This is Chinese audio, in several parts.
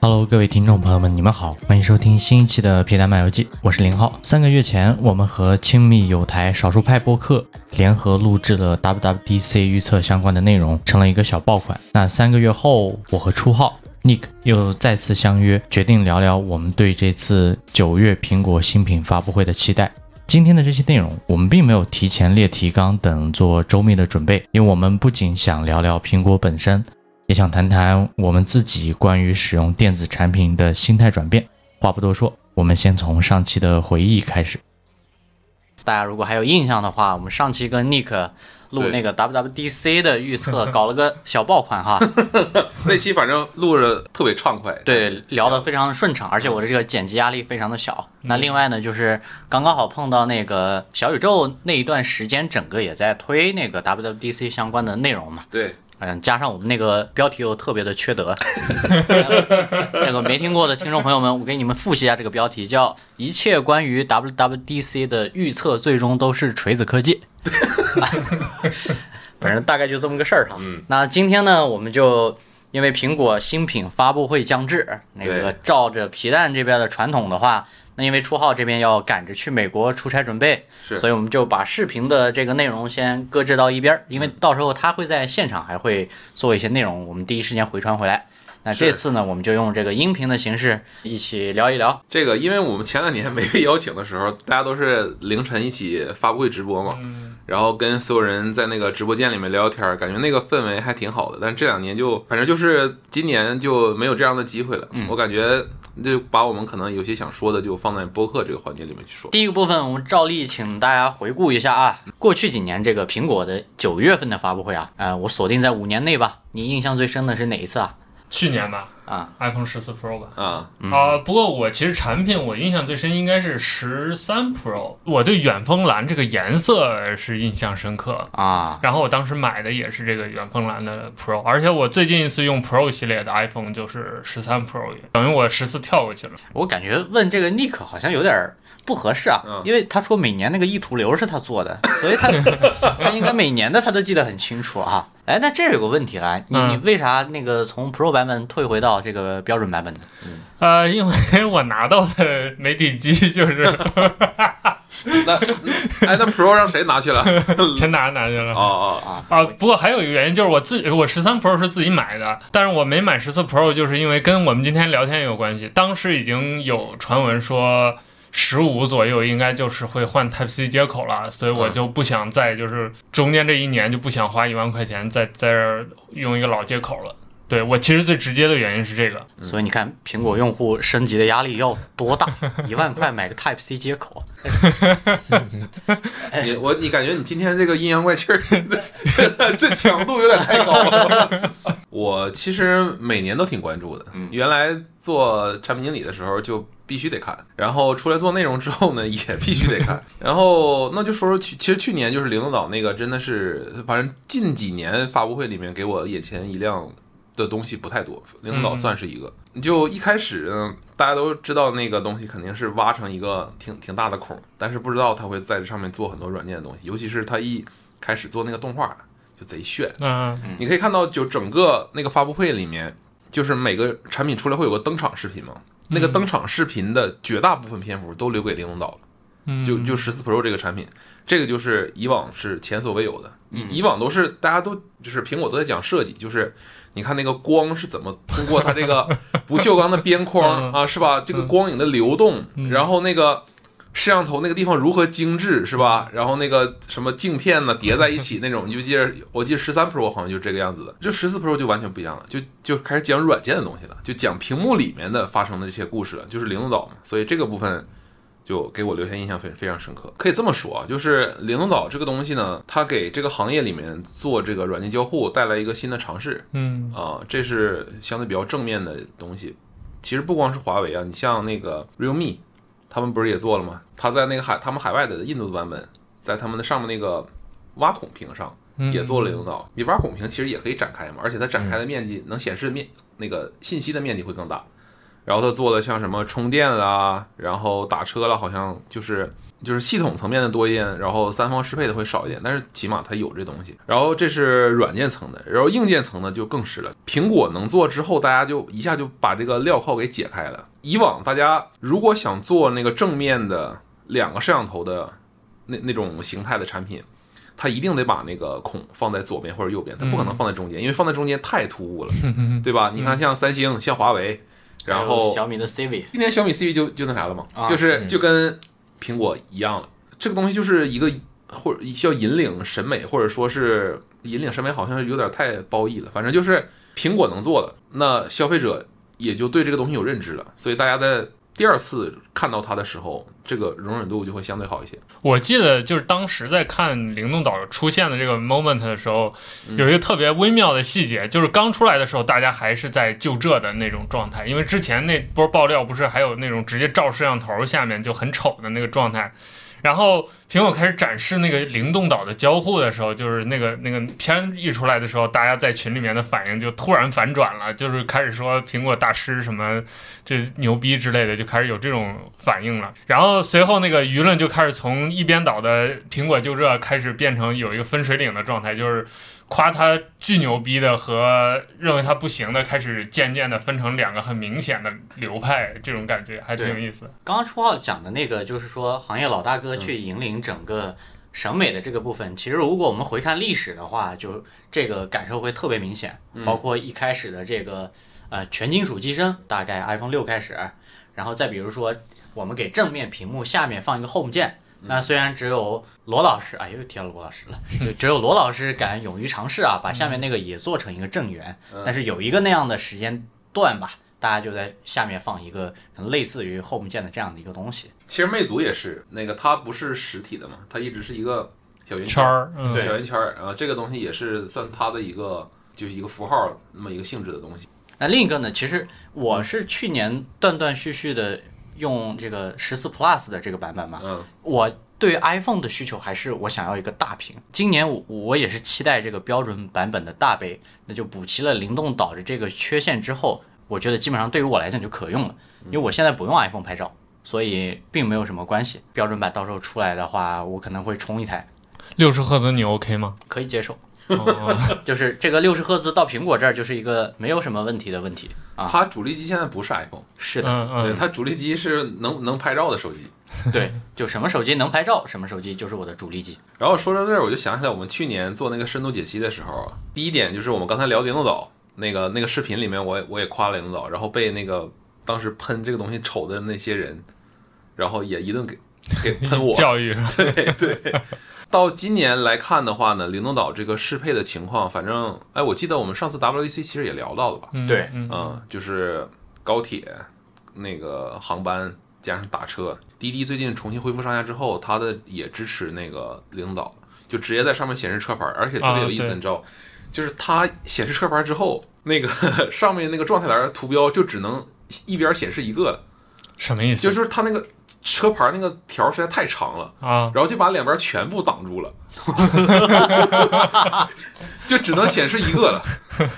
Hello，各位听众朋友们，你们好，欢迎收听新一期的《皮蛋漫游记》，我是林浩。三个月前，我们和亲密友台少数派播客联合录制了 WWDC 预测相关的内容，成了一个小爆款。那三个月后，我和初浩 Nick 又再次相约，决定聊聊我们对这次九月苹果新品发布会的期待。今天的这期内容，我们并没有提前列提纲等做周密的准备，因为我们不仅想聊聊苹果本身，也想谈谈我们自己关于使用电子产品的心态转变。话不多说，我们先从上期的回忆开始。大家如果还有印象的话，我们上期跟 Nick 录对那个 WWDC 的预测，搞了个小爆款哈，那期反正录着特别畅快。对，聊得非常的顺畅，而且我的这个剪辑压力非常的小。那另外呢，就是刚刚好碰到那个小宇宙那一段时间，整个也在推那个 WWDC 相关的内容嘛。对，嗯，加上我们那个标题又特别的缺德，那个没听过的听众朋友们，我给你们复习一下这个标题，叫“一切关于 WWDC 的预测最终都是锤子科技”。反正大概就这么个事儿哈。嗯那今天呢，我们就因为苹果新品发布会将至，那个对照着皮蛋这边的传统的话，那因为初浩这边要赶着去美国出差准备，是所以我们就把视频的这个内容先搁置到一边儿，因为嗯到时候他会在现场还会做一些内容，我们第一时间回传回来。那这是次呢，我们就用这个音频的形式一起聊一聊。这个因为我们前两年没被邀请的时候，大家都是凌晨一起发布会直播嘛，然后跟所有人在那个直播间里面聊聊天儿，感觉那个氛围还挺好的。但是这两年就反正就是今年就没有这样的机会了。我感觉就把我们可能有些想说的就放在播客这个环节里面去说。第一个部分，我们照例请大家回顾一下啊，过去几年这个苹果的九月份的发布会啊，呃，我锁定在五年内吧。你印象最深的是哪一次啊？去年吧，啊，iPhone 十四 Pro 吧。啊，啊、不过我其实产品我印象最深应该是十三 Pro，我对远峰蓝这个颜色是印象深刻。啊，然后我当时买的也是这个远峰蓝的 Pro，而且我最近一次用 Pro 系列的 iPhone 就是十三 Pro，等于我十四跳过去了。我感觉问这个 Nick 好像有点儿不合适啊，嗯因为他说每年那个意图流是他做 的，所以他他应该每年的他都记得很清楚啊。哎，那这有个问题了，你你嗯为啥那个从 Pro 版本退回到这个标准版本呢？呃，因为我拿到的 梅底机就是那哎，那 Pro 让谁拿去了？陈达拿去了哦。哦，啊，不过还有一个原因就是我自我十三 Pro 是自己买的，但是我没买十四 Pro，就是因为跟我们今天聊天有关系。当时已经有传闻说十五左右应该就是会换 Type C 接口了，所以我就不想再就是中间这一年就不想花一万块钱再在这儿用一个老接口了。对我其实最直接的原因是这个，嗯所以你看，苹果用户升级的压力要多 大？一万块买个 Type C 接口，你我你感觉你今天这个阴阳怪气儿， 这强度有点太高了。嗯我其实每年都挺关注的，原来做产品经理的时候就必须得看，然后出来做内容之后呢也必须得 看，然后那就说说去，其实去年就是领导那个真的是，反正近几年发布会里面给我眼前一亮的东西不太多，领导嗯算是一个。就一开始呢，大家都知道那个东西肯定是挖成一个挺挺大的孔，但是不知道他会在这上面做很多软件的东西，尤其是他一开始做那个动画就贼炫。嗯、你可以看到，就整个那个发布会里面，就是每个产品出来会有个登场视频嘛。那个登场视频的绝大部分篇幅都留给林东导了，嗯，就就十四 Pro 这个产品，这个就是以往是前所未有的。以以往都是大家都就是苹果都在讲设计，就是你看那个光是怎么通过它这个不锈钢的边框嗯啊，是吧？这个光影的流动，然后那个摄像头那个地方如何精致，是吧？然后那个什么镜片呢叠在一起那种，你就记着，我记得十三 Pro 好像就这个样子的，就十四 Pro 就完全不一样了，就就开始讲软件的东西了，就讲屏幕里面的发生的这些故事了，就是灵动岛嘛，所以这个部分。就给我留下印象非非常深刻，可以这么说啊，就是灵动岛这个东西呢，它给这个行业里面做这个软件交互带来一个新的尝试，嗯啊、这是相对比较正面的东西。其实不光是华为啊，你像那个 Realme，他们不是也做了吗？他在那个海，他们海外的印度的版本，在他们的上面那个挖孔屏上嗯也做了领导。你挖孔屏其实也可以展开嘛，而且它展开的面积能显示的面那个信息的面积会更大。然后它做的像什么充电啦，然后打车啦，好像就是就是系统层面的多一点，然后三方适配的会少一点，但是起码它有这东西。然后这是软件层的，然后硬件层的就更是了。苹果能做之后，大家就一下就把这个镣铐给解开了。以往大家如果想做那个正面的两个摄像头的那那种形态的产品，它一定得把那个孔放在左边或者右边，它不嗯可能放在中间，因为放在中间太突兀了， 对吧？你看像三星、像华为，然还有后小米的 CV 今年小米 CV 就就那啥了嘛，啊就是嗯就跟苹果一样了。这个东西就是一个或者叫引领审美，或者说是引领审美，好像是有点太褒义了。反正就是苹果能做的，那消费者也就对这个东西有认知了，所以大家在第二次看到它的时候，这个容忍度就会相对好一些。我记得就是当时在看《灵动岛》出现的这个 moment 的时候，有一个特别微妙的细节，就是刚出来的时候，大家还是在就这的那种状态，因为之前那波爆料不是还有那种直接照摄像头下面就很丑的那个状态。然后苹果开始展示那个灵动岛的交互的时候，就是那个那个片一出来的时候，大家在群里面的反应就突然反转了，就是开始说苹果大师什么这牛逼之类的，就开始有这种反应了。然后随后那个舆论就开始从一边倒的苹果就这开始变成有一个分水岭的状态，就是夸他巨牛逼的和认为他不行的开始渐渐的分成两个很明显的流派，这种感觉还挺有意思的。刚刚初浩讲的那个，就是说行业老大哥去引领整个审美的这个部分，其实如果我们回看历史的话，就这个感受会特别明显。包括一开始的这个呃全金属机身，大概 iPhone 六开始，然后再比如说我们给正面屏幕下面放一个 Home 键。那虽然只有罗老师，哎又提到罗老师了，就只有罗老师敢勇于尝试啊，把下面那个也做成一个正圆。但是有一个那样的时间段吧，大家就在下面放一个可能类似于 Home 键的这样的一个东西。其实魅族也是那个，它不是实体的嘛，它一直是一个小圆圈圈儿，儿，嗯，小圆圈儿。然后这个东西也是算它的一个就是一个符号那么一个性质的东西。那另一个呢，其实我是去年断断续续的用这个十四 Plus 的这个版本嘛，嗯，我对于 iPhone 的需求还是我想要一个大屏。今年我我也是期待这个标准版本的大杯，那就补齐了灵动岛的这个缺陷之后，我觉得基本上对于我来讲就可用了，因为我现在不用 iPhone 拍照，所以并没有什么关系。标准版到时候出来的话，我可能会充一台，六十赫兹你 OK 吗？可以接受。哦就是这个六十赫兹到苹果这儿就是一个没有什么问题的问题啊。它主力机现在不是 iPhone，是的，嗯对，嗯，它主力机是能能拍照的手机。对，就什么手机能拍照，什么手机就是我的主力机。然后说到这儿，我就想起来我们去年做那个深度解析的时候啊，第一点就是我们刚才聊灵动岛那个那个视频里面我，也我也夸了灵动岛，然后被那个当时喷这个东西丑的那些人，然后也一顿给给喷 我。教育是吧到今年来看的话呢，灵动岛这个适配的情况，反正哎，我记得我们上次 WDC 其实也聊到了吧？嗯对嗯嗯，就是高铁那个航班加上打车，滴滴最近重新恢复上架之后，它的也支持那个领导，就直接在上面显示车牌，而且特别有意思，啊对你知道，就是它显示车牌之后，那个 上面那个状态栏图标就只能一边显示一个了，什么意思？就是它那个车牌那个条实在太长了。啊，然后就把两边全部挡住了， 就只能显示一个了，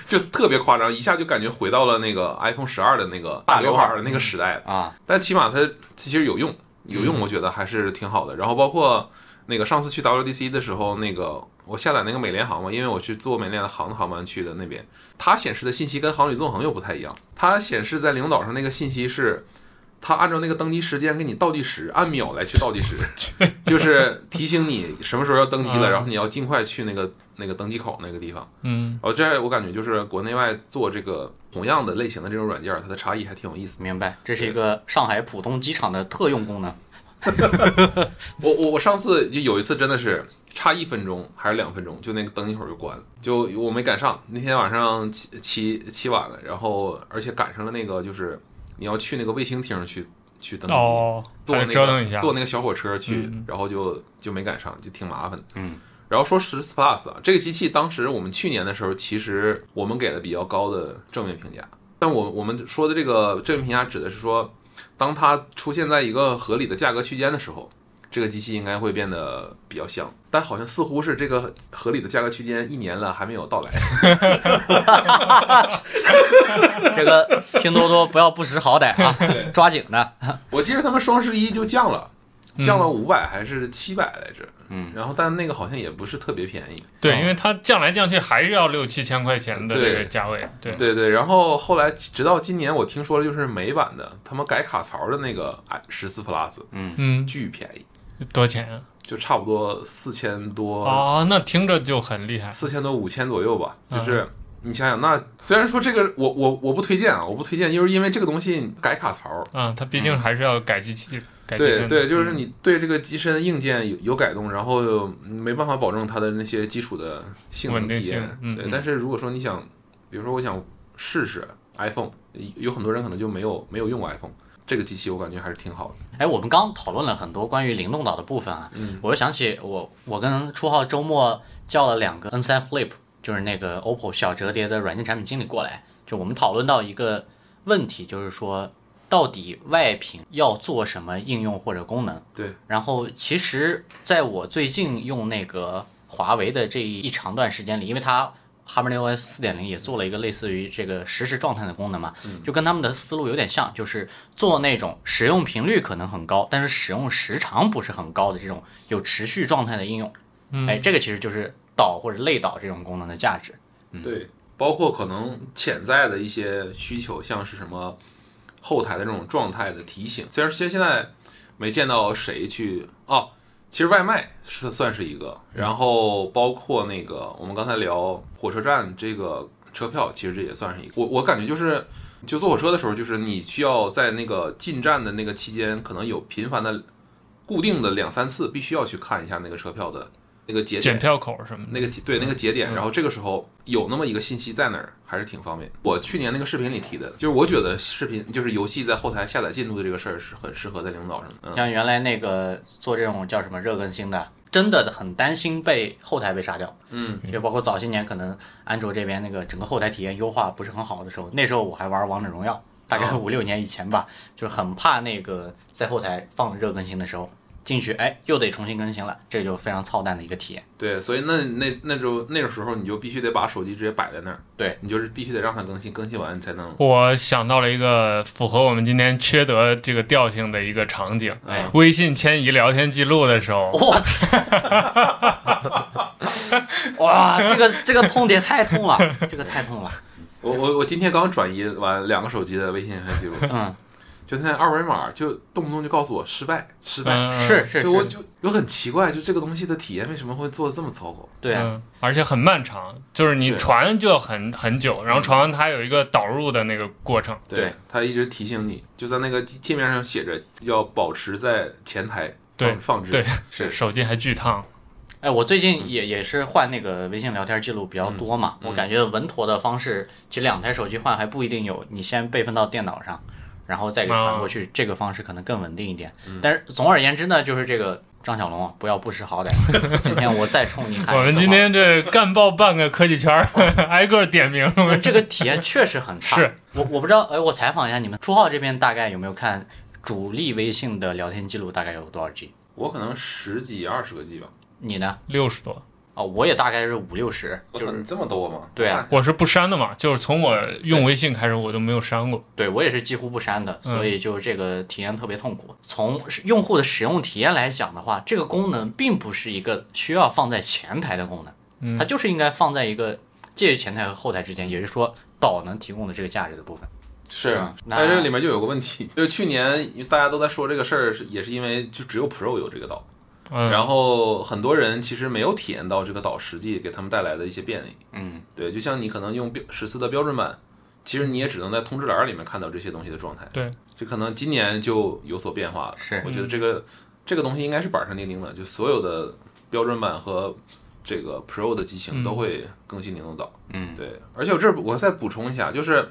就特别夸张，一下就感觉回到了那个 iPhone 十二的那个大刘海儿的那个时代了。啊，但起码它其实有用，有用，我觉得还是挺好的。然后包括那个上次去 WDC 的时候，那个我下载那个美联航嘛，因为我去坐美联航的航班去的那边，它显示的信息跟航旅纵横又不太一样。它显示在领导上那个信息是，它按照那个登机时间给你倒计时，按秒来去倒计时，就是提醒你什么时候要登机了，嗯然后你要尽快去那个那个登机口那个地方。嗯，哦，这我感觉就是国内外做这个同样的类型的这种软件儿，它的差异还挺有意思的。明白，这是一个上海浦东机场的特用功能。我我我上次就有一次真的是差一分钟还是两分钟，就那个灯一会儿就关了，就我没赶上。那天晚上起起起晚了，然后而且赶上了那个就是你要去那个卫星厅去去登记，哦，坐还那个得折腾一下，坐那个小火车去，嗯然后就就没赶上，就挺麻烦的。嗯。然后说十四 Plus 啊，这个机器当时我们去年的时候，其实我们给了比较高的正面评价，但我我们说的这个正面评价指的是说，当它出现在一个合理的价格区间的时候，这个机器应该会变得比较像，但好像似乎是这个合理的价格区间一年了还没 有到来。这个拼多多不要不识好歹啊，抓紧的。我记得他们双十一就降了，嗯降了五百还是七百来着，嗯，然后但那个好像也不是特别便宜。对，因为它降来降去还是要六七千块钱的这个啊对价位，对，对对，然后后来直到今年，我听说了，就是美版的，他们改卡槽的那个哎十四 Plus 嗯，巨便宜，多少钱啊？就差不多四千多，哦，那听着就很厉害，四千多五千左右吧。嗯就是你想想，那虽然说这个我我我不推荐啊，我不推荐，就是因为这个东西改卡槽，啊，它毕竟还是要改机器，改机嗯对身的嗯对，就是你对这个机身硬件有有改动，然后没办法保证它的那些基础的性能稳定体验性。嗯对嗯，但是如果说你想，比如说我想试试 iPhone，有有很多人可能就没有没有用过 iPhone，这个机器我感觉还是挺好的。哎，我们刚讨论了很多关于灵动岛的部分啊，嗯，我又想起我我跟初浩周末叫了两个 N3 Flip，就是那个 OPPO 小折叠的软件产品经理过来，就我们讨论到一个问题，就是说到底外屏要做什么应用或者功能？对。然后其实在我最近用那个华为的这一长段时间里，因为它 HarmonyOS 四点零也做了一个类似于这个实时状态的功能嘛，嗯就跟他们的思路有点像，就是做那种使用频率可能很高，但是使用时长不是很高的这种有持续状态的应用。嗯哎，这个其实就是导或者类导这种功能的价值。对，包括可能潜在的一些需求，像是什么后台的这种状态的提醒。虽然现现在没见到谁去哦，其实外卖是算是一个，然后包括那个我们刚才聊火车站这个车票，其实这也算是一个。我我感觉就是。就坐火车的时候，就是你需要在那个进站的那个期间，可能有频繁的、固定的两三次，必须要去看一下那个车票的那个节点检，票口什么的，那个节对那个节点，然后这个时候有那么一个信息在那儿，还是挺方便。我去年那个视频里提的，就是我觉得视频就是游戏在后台下载进度的这个事儿是很适合在领导上的。嗯，像原来那个做这种叫什么热更新的，真的很担心被后台被杀掉。嗯，就包括早些年可能安卓这边那个整个后台体验优化不是很好的时候，那时候我还玩王者荣耀，大概哦五六年以前吧，就是很怕那个在后台放热更新的时候进去，哎，又得重新更新了，这就非常操蛋的一个体验。对，所以那那那就那个时候你就必须得把手机直接摆在那儿，对你就是必须得让它更新，更新完你才能。我想到了一个符合我们今天缺德这个调性的一个场景，哎哦微信迁移聊天记录的 时候，我操！哇，这个这个痛点太痛了，这个太痛了。我我我今天刚转移完两个手机的微信记录，嗯，就现在二维码就动不动就告诉我失败失败，嗯，是是就我是，就我很奇怪，就这个东西的体验为什么会做的这么糟糕？对啊，嗯，而且很漫长，就是你是传就要很很久，然后传完它有一个导入的那个过程，对对，他一直提醒你，就在那个界面上写着要保持在前台对放放置，对是手机还巨烫，哎，我最近也也是换那个微信聊天记录比较多嘛，嗯我感觉稳妥的方式，其实两台手机换还不一定有，你先备份到电脑上，然后再给传过去，这个方式可能更稳定一点。但是总而言之呢，就是这个张小龙啊，不要不识好歹。今天我再冲你喊一次我话，们今天这干爆半个科技圈儿， 挨个点名，那这个体验确实很差。是我我不知道，哎，我采访一下你们，初号这边大概有没有看主力微信的聊天记录大概有多少 G？我可能十几二十个 G 吧，你呢？六十多。哦，我也大概是五六十，就可啊是 能这么多吗？对啊，我是不删的嘛，就是从我用微信开始，我都没有删过。对我也是几乎不删的，嗯所以就这个体验特别痛苦。从用户的使用体验来讲的话，这个功能并不是一个需要放在前台的功能，嗯它就是应该放在一个介于前台和后台之间，也就是说导能提供的这个价值的部分。是啊嗯，那但这里面就有个问题，就是去年大家都在说这个事儿，是也是因为就只有 Pro 有这个岛，嗯，然后很多人其实没有体验到这个岛实际给他们带来的一些便利。嗯，对，就像你可能用标十四的标准版，其实你也只能在通知栏里面看到这些东西的状态。对，这可能今年就有所变化了。是我觉得这个这个东西应该是板上钉钉的，就所有的标准版和这个 Pro 的机型都会更新灵动岛。嗯，对，而且我这儿我再补充一下，就是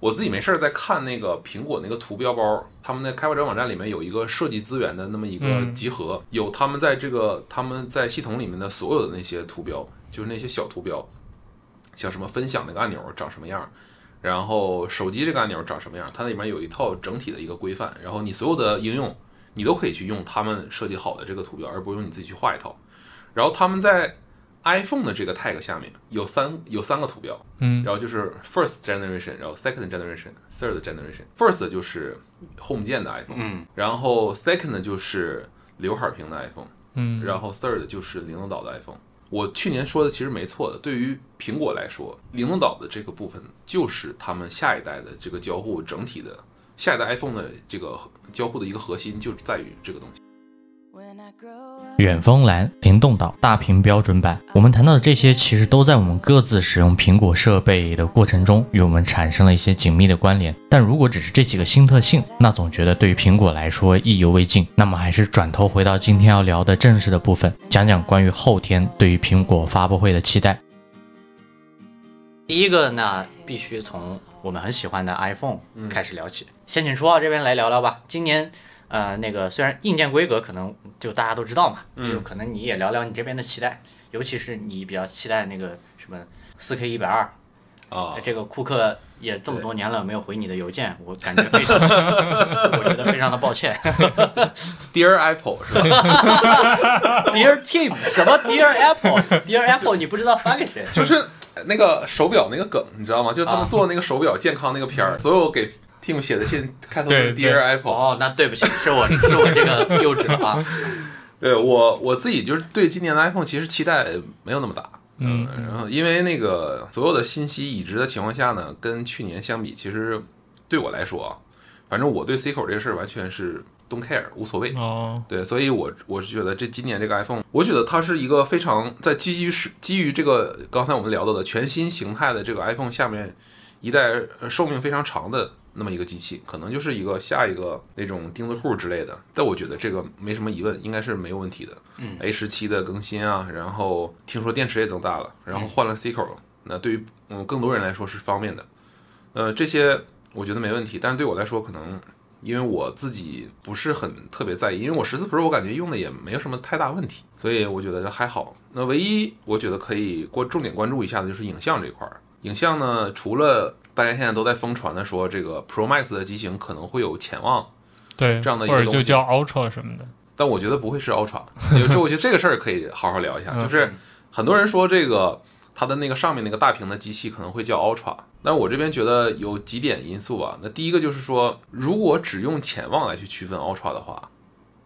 我自己没事儿在看那个苹果那个图标包，他们的开发者网站里面有一个设计资源的那么一个嗯集合，有他们在这个他们在系统里面的所有的那些图标，就是那些小图标，像什么分享那个按钮长什么样儿。然后手机这个按钮长什么样儿，它里面有一套整体的一个规范。然后你所有的应用，你都可以去用他们设计好的这个图标，而不用你自己去画一套。然后他们在 iPhone 的这个 tag 下面有三有三个图标，嗯然后就是 first generation，然后 second generation，third generation。first 就是 home 键的 iPhone，嗯，然后 second 就是刘海屏的 iPhone，嗯，然后 third 就是灵动岛的 iPhone。我去年说的其实没错的，对于苹果来说，灵动岛的这个部分就是他们下一代的这个交互整体的下一代 iPhone 的这个交互的一个核心就在于这个东西。 When I grow up. 远峰蓝、灵动岛、大屏标准版，我们谈到的这些，其实都在我们各自使用苹果设备的过程中，与我们产生了一些紧密的关联。但如果只是这几个新特性，那总觉得对于苹果来说意犹未尽。那么还是转头回到今天要聊的正式的部分，讲讲关于后天对于苹果发布会的期待。第一个呢，必须从我们很喜欢的 iPhone 嗯开始聊起。先请初奥这边来聊聊吧。今年，呃，那个虽然硬件规格可能就大家都知道嘛，嗯就可能你也聊聊你这边的期待，尤其是你比较期待那个什么4 K 一百二，啊哎这个库克也这么多年了没有回你的邮件，我感觉非常， 我觉得非常的抱歉。 Dear Apple 是吧？ Dear Tim，什么 Dear Apple，Dear Apple，你不 知道发给谁？就是那个手表那个梗，你知道吗？就他啊们做那个手表健康那个片儿， 所有给 Tim 写的信开头都是嗯对对 Dear Apple。哦，那对不起，是我是我这个幼稚了啊。对我我自己就是对今年的 iPhone 其实期待没有那么大，嗯嗯然后因为那个所有的信息已知的情况下呢，跟去年相比，其实对我来说啊，反正我对 C 口这个事儿完全是 don't care，无所谓。哦，对，所以我我是觉得这今年这个 iPhone，我觉得它是一个非常在基于是基于这个刚才我们聊到的全新形态的这个 iPhone 下面一代呃寿命非常长的那么一个机器，可能就是一个下一个那种钉子户之类的。但我觉得这个没什么疑问，应该是没有问题的。嗯 a 十七的更新啊，然后听说电池也增大了，然后换了 C 口，那对于嗯更多人来说是方便的。呃，这些我觉得没问题，但是对我来说可能因为我自己不是很特别在意，因为我十四 Pro 我感觉用的也没有什么太大问题，所以我觉得还好。那唯一我觉得可以过重点关注一下的就是影像这块儿。影像呢，除了大家现在都在疯传的说这个 Pro Max 的机型可能会有潜望，对，这样的一个或者东就西叫 Ultra 什么的，但我觉得不会是 Ultra，这我觉得这个事儿可以好好聊一下。嗯就是很多人说这个它的那个上面那个大屏的机器可能会叫 Ultra，但我这边觉得有几点因素啊吧。那第一个就是说，如果只用潜望来去区分 Ultra 的话，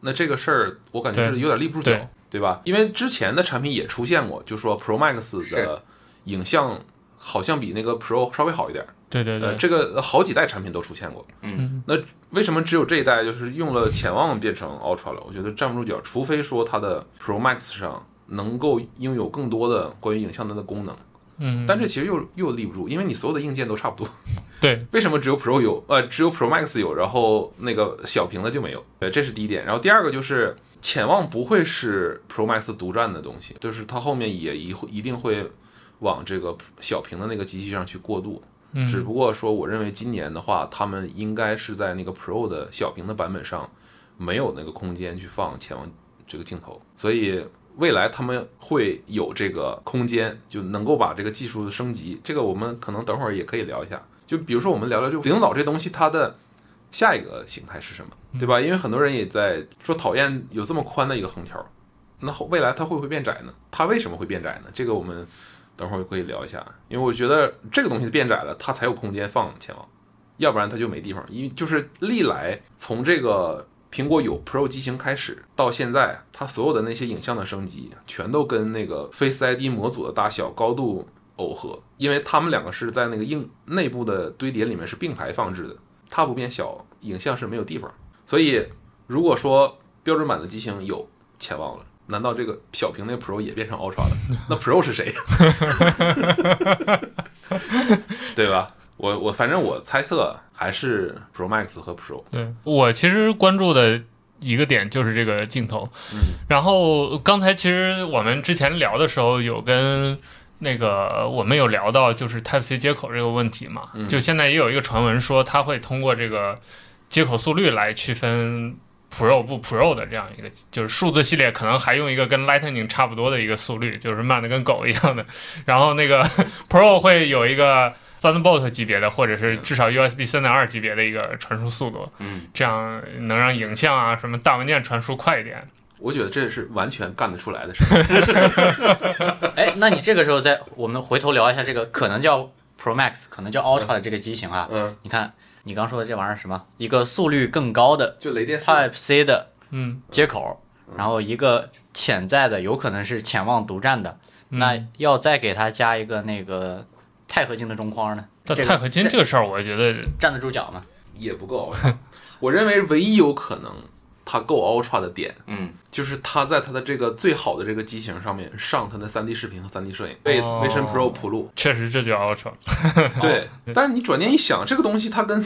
那这个事儿我感觉对是有点立不住脚对，对吧？因为之前的产品也出现过，就说 Pro Max 是的影像好像比那个 Pro 稍微好一点儿，对对呃，对，这个好几代产品都出现过。嗯那为什么只有这一代就是用了潜望变成 Ultra 了？我觉得站不住脚，除非说它的 Pro Max 上能够拥有更多的关于影像的那个功能，嗯，但这其实又又立不住，因为你所有的硬件都差不多。对，为什么只有 Pro 有，呃，只有 Pro Max 有，然后那个小屏的就没有？对，这是第一点。然后第二个就是潜望不会是 Pro Max 独占的东西，就是它后面也一一定会往这个小屏的那个机器上去过渡。嗯只不过说，我认为今年的话，他们应该是在那个 Pro 的小屏的版本上没有那个空间去放潜望这个镜头，所以未来他们会有这个空间，就能够把这个技术升级。这个我们可能等会儿也可以聊一下。就比如说，我们聊聊就领导这东西它的下一个形态是什么，对吧？因为很多人也在说讨厌有这么宽的一个横条，那后未来它会不会变窄呢？它为什么会变窄呢？这个我们等会儿可以聊一下，因为我觉得这个东西变窄了，它才有空间放前往，要不然它就没地方。因为就是历来从这个苹果有 Pro 机型开始到现在，它所有的那些影像的升级，全都跟那个 Face ID 模组的大小高度耦合，因为它们两个是在那个硬内部的堆叠里面是并排放置的，它不变小，影像是没有地方。所以如果说标准版的机型有潜望了。难道这个小屏那 Pro 也变成 Ultra 了？那 Pro 是谁？ 对吧？我我反正我猜测还是 Pro Max 和 Pro。对我其实关注的一个点就是这个镜头。嗯然后呃刚才其实我们之前聊的时候有跟。那个我们有聊到就是 Type C 接口这个问题嘛，嗯就现在也有一个传闻说它会通过这个接口速率来区分 Pro 不 Pro 的这样一个，就是数字系列可能还用一个跟 Lightning 差不 多的一个速率，就是慢的跟狗一样的，然后那个 Pro 会有一个。 Thunderbolt 级别的，或者是至少 USB 三点二级别的一个传输速度，嗯，这样能让影像啊什么大文件传输快一点。我觉得这是完全干得出来的事儿。哎，那你这个时候再我们回头聊一下这个可能叫 Pro Max，可能叫 Ultra 的这个机型啊，嗯，你看你刚说的这玩意儿是什么？一个速率更高的就雷电四， Type C 的嗯，接口，然后一个潜在的有可能是潜望独占的，嗯那要再给它加一个那个钛合金的中框呢？但这个钛合金这这个事儿，我觉得站得住脚吗？也不够。啊我认为唯一有可能它够 Ultra 的点，嗯，就是它在它的这个最好的这个机型上面上它的 3D 视频和 3D 摄影，为哦 Vision Pro 铺路。确实这就 Ultra。对，但是你转念一想，这个东西它跟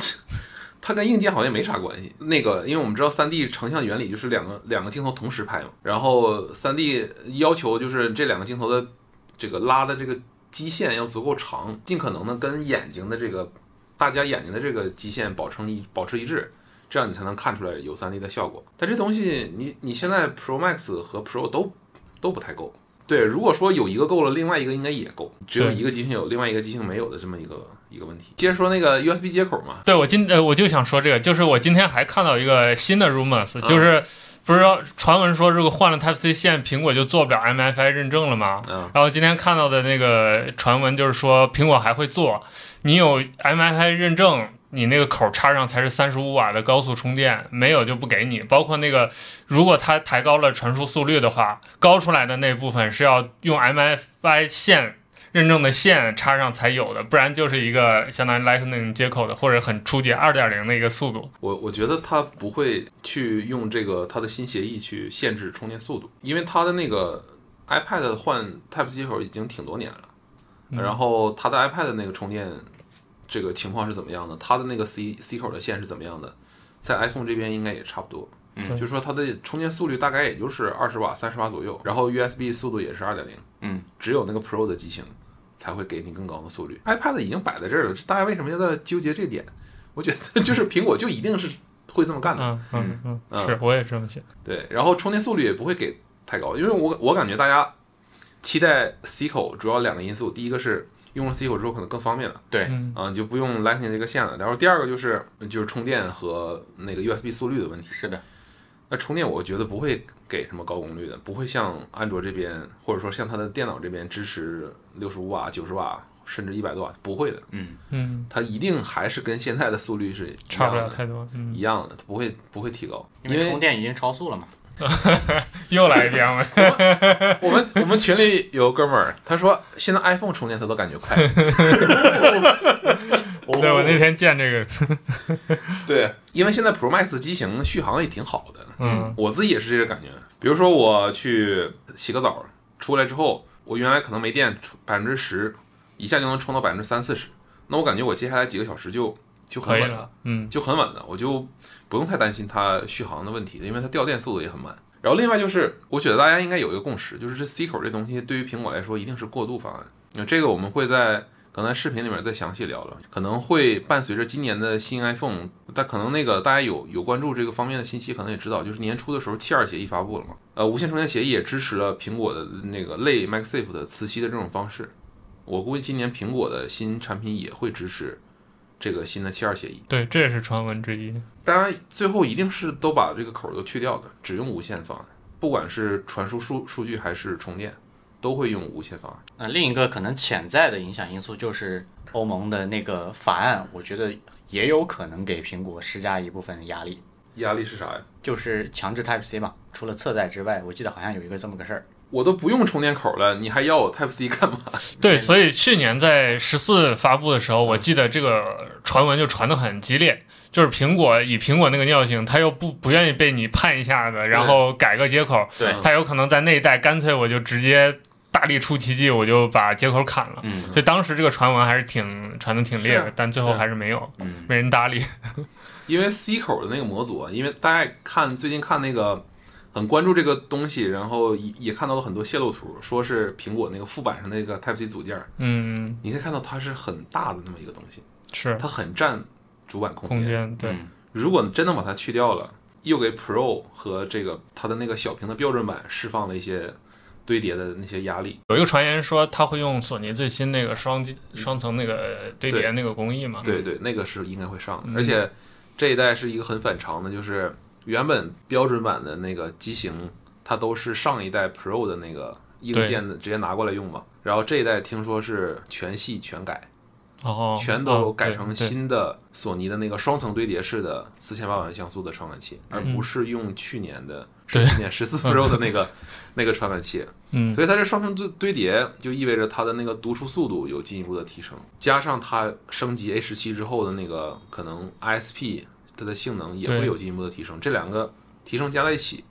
它跟硬件好像也没啥关系。那个，因为我们知道3 D 成像原理就是两个两个镜头同时拍嘛，然后3 D 要求就是这两个镜头的这个拉的这个基线要足够长，尽可能的跟眼睛的这个大家眼睛的这个基线保持一保持一致。这样你才能看出来有3 D 的效果，但这东西你你现在 Pro Max 和 Pro 都都不太够。对，如果说有一个够了，另外一个应该也够，只有对一个机型有，另外一个机型没有的这么一个一个问题。接着说那个 USB 接口嘛，对我今呃我就想说这个，就是我今天还看到一个新的 rumors，嗯就是不是说传闻说如果换了 Type C 线，苹果就做不了 MFI 认证了吗？嗯，然后今天看到的那个传闻就是说，苹果还会做，你有 MFI 认证，你那个口插上才是三十五瓦的高速充电，没有就不给你。包括那个，如果它抬高了传输速率的话，高出来的那部分是要用 MFI 线。认证的线插上才有的，不然就是一个相当于 Lightning 接口的，或者很初级二点零的一个速度。我我觉得它不会去用这个它的新协议去限制充电速度，因为它的那个 iPad 换 Type C 接口已经挺多年了，嗯然后它的 iPad 那个充电这个情况是怎么样的，它的那个 C C 口的线是怎么样的，在 iPhone 这边应该也差不多。嗯就是说它的充电速率大概也就是二十瓦、三十瓦左右，然后 USB 速度也是二点零。嗯，只有那个 Pro 的机型才会给你更高的速率。iPad 已经摆在这儿了，大家为什么要在纠结这点？我觉得就是苹果就一定是会这么干的。嗯嗯嗯，嗯是，我也这么想。对，然后充电速率也不会给太高，因为我我感觉大家期待 C 口主要两个因素，第一个是用了 C 口之后可能更方便了。对，嗯，啊，你就不用 Lightning 这个线了。然后第二个就是就是充电和那个 USB 速率的问题。是的，那充电我觉得不会给什么高功率的，不会像安卓这边，或者说像它的电脑这边支持六十五瓦、九十瓦，甚至一百多瓦，不会的。嗯，嗯，它一定还是跟现在的速率是一样差不了的太多。嗯一，样的，它不会不会提高。因因为充为电已经超速了嘛。又来一遍了。我们 我们群里有哥们儿，他说现在 iPhone 充电他都感觉 快。 哦对，我那天见这个，对，因为现在 Pro Max 机型续航也挺好的，嗯我自己也是这个感觉。比如说我去洗个澡，出来之后，我原来可能没电，百分之十，一下就能充到百分之三四十。那我感觉我接下来几个小时就就很可以稳了，嗯就很稳了，我就不用太担心它续航的问题，因为它掉电速度也很慢。然后另外就是，我觉得大家应该有一个共识，就是这 C 口这东西对于苹果来说一定是过渡方案。那这个我们会在刚才视频里面再详细聊了，可能会伴随着今年的新 iPhone，但可能那个大家有有关注这个方面的信息，可能也知道，就是年初的时候七二协议发布了嘛，呃，无线充电协议也支持了苹果的那个类 MagSafe 的磁吸的这种方式。我估计今年苹果的新产品也会支持这个新的七二协议。对，这也是传闻之一。当然，最后一定是都把这个口儿都去掉的，只用无线方案。不管是传输数数据还是充电，都会用无线方案。那另一个可能潜在的影响因素就是欧盟的那个法案，我觉得也有可能给苹果施加一部分压力，压力是啥呀？就是强制 Type C 嘛。除了侧载之外，我记得好像有一个这么个事儿。我都不用充电口了，你还要我 Type C 干嘛？对，所以去年在十四发布的时候，我记得这个传闻就传得很激烈，就是苹果以苹果那个尿性，他又不不愿意被你判一下子，然后改个接口，对嗯他有可能在那一代干脆我就直接大力出奇迹，我就把接口砍了。嗯所以当时这个传闻还是挺传的挺烈是的，但最后是还是没有，嗯没人搭理。因为 C 口的那个模组，啊，因为大家看最近看那个很关注这个东西，然后也也看到了很多泄露图，说是苹果那个副板上那个 Type C 组件儿，嗯，你可以看到它是很大的那么一个东西，是它很占主板空空间对。嗯如果你真的把它去掉了，又给 Pro 和这个它的那个小屏的标准版释放了一些堆叠的那些压力。有一个传言说他会用索尼最新那个双机双层那个堆叠那个工艺嘛？对对，那个是应该会上嗯的，而且这一代是一个很反常的，就是原本标准版的那个机型，它都是上一代 Pro 的那个硬对件的直接拿过来用嘛，然后这一代听说是全系全改，哦，全都哦改成。对对新的索尼的那个双层堆叠式的四千八百万像素的传感器，而不是用去年的。嗯对是去年十四 Pro 的那个那个传感器，嗯，所以它这双层堆堆叠就意味着它的那个读出速度有进一步的提升，加上它升级 A 十七之后的那个可能 ISP 它的性能也对会有进一步的提升，这两个提升加在一起，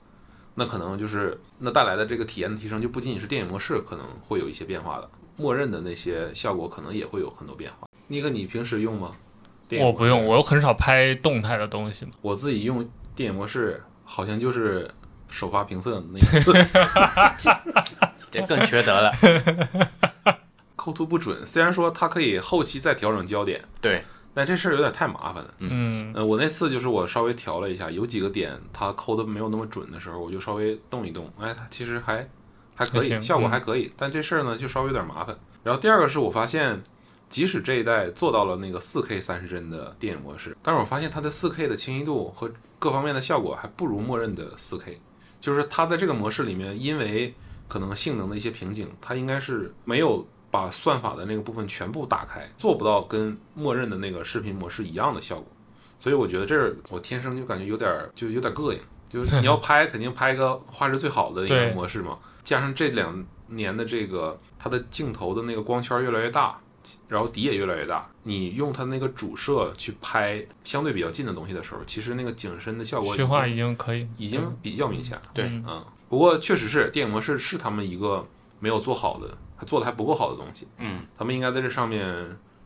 那可能就是那带来的这个体验的提升就不仅仅是电影模式可能会有一些变化的，默认的那些效果可能也会有很多变化。尼克，你平时用吗？电影我模不用，我又很少拍动态的东西嘛。我自己用电影模式好像就是首发评测的那一次。这更缺德了。构图不准，虽然说它可以后期再调整焦点，对，但这事儿有点太麻烦了。嗯，呃，我那次就是我稍微调了一下，有几个点它抠的没有那么准的时候，我就稍微动一动，哎，它其实还还可还行以，效果嗯还可以。但这事儿呢，就稍微有点麻烦。然后第二个是我发现，即使这一代做到了那个 4K 三十帧的电影模式，但是我发现它的 4K 的清晰度和各方面的效果还不如默认的 4K。就是它在这个模式里面，因为可能性能的一些瓶颈，它应该是没有把算法的那个部分全部打开，做不到跟默认的那个视频模式一样的效果。所以我觉得这是我天生就感觉有点儿就有点膈应， 就是你要拍肯定拍个画质最好的一个对模式嘛，加上这两年的这个它的镜头的那个光圈越来越大，然后底也越来越大，你用它那个主摄去拍相对比较近的东西的时候，其实那个景深的效果已虚化经已经可以，已经比较明显了。对嗯嗯，不过确实是电影模式是他们一个没有做好的，还做的还不够好的东西，嗯，他们应该在这上面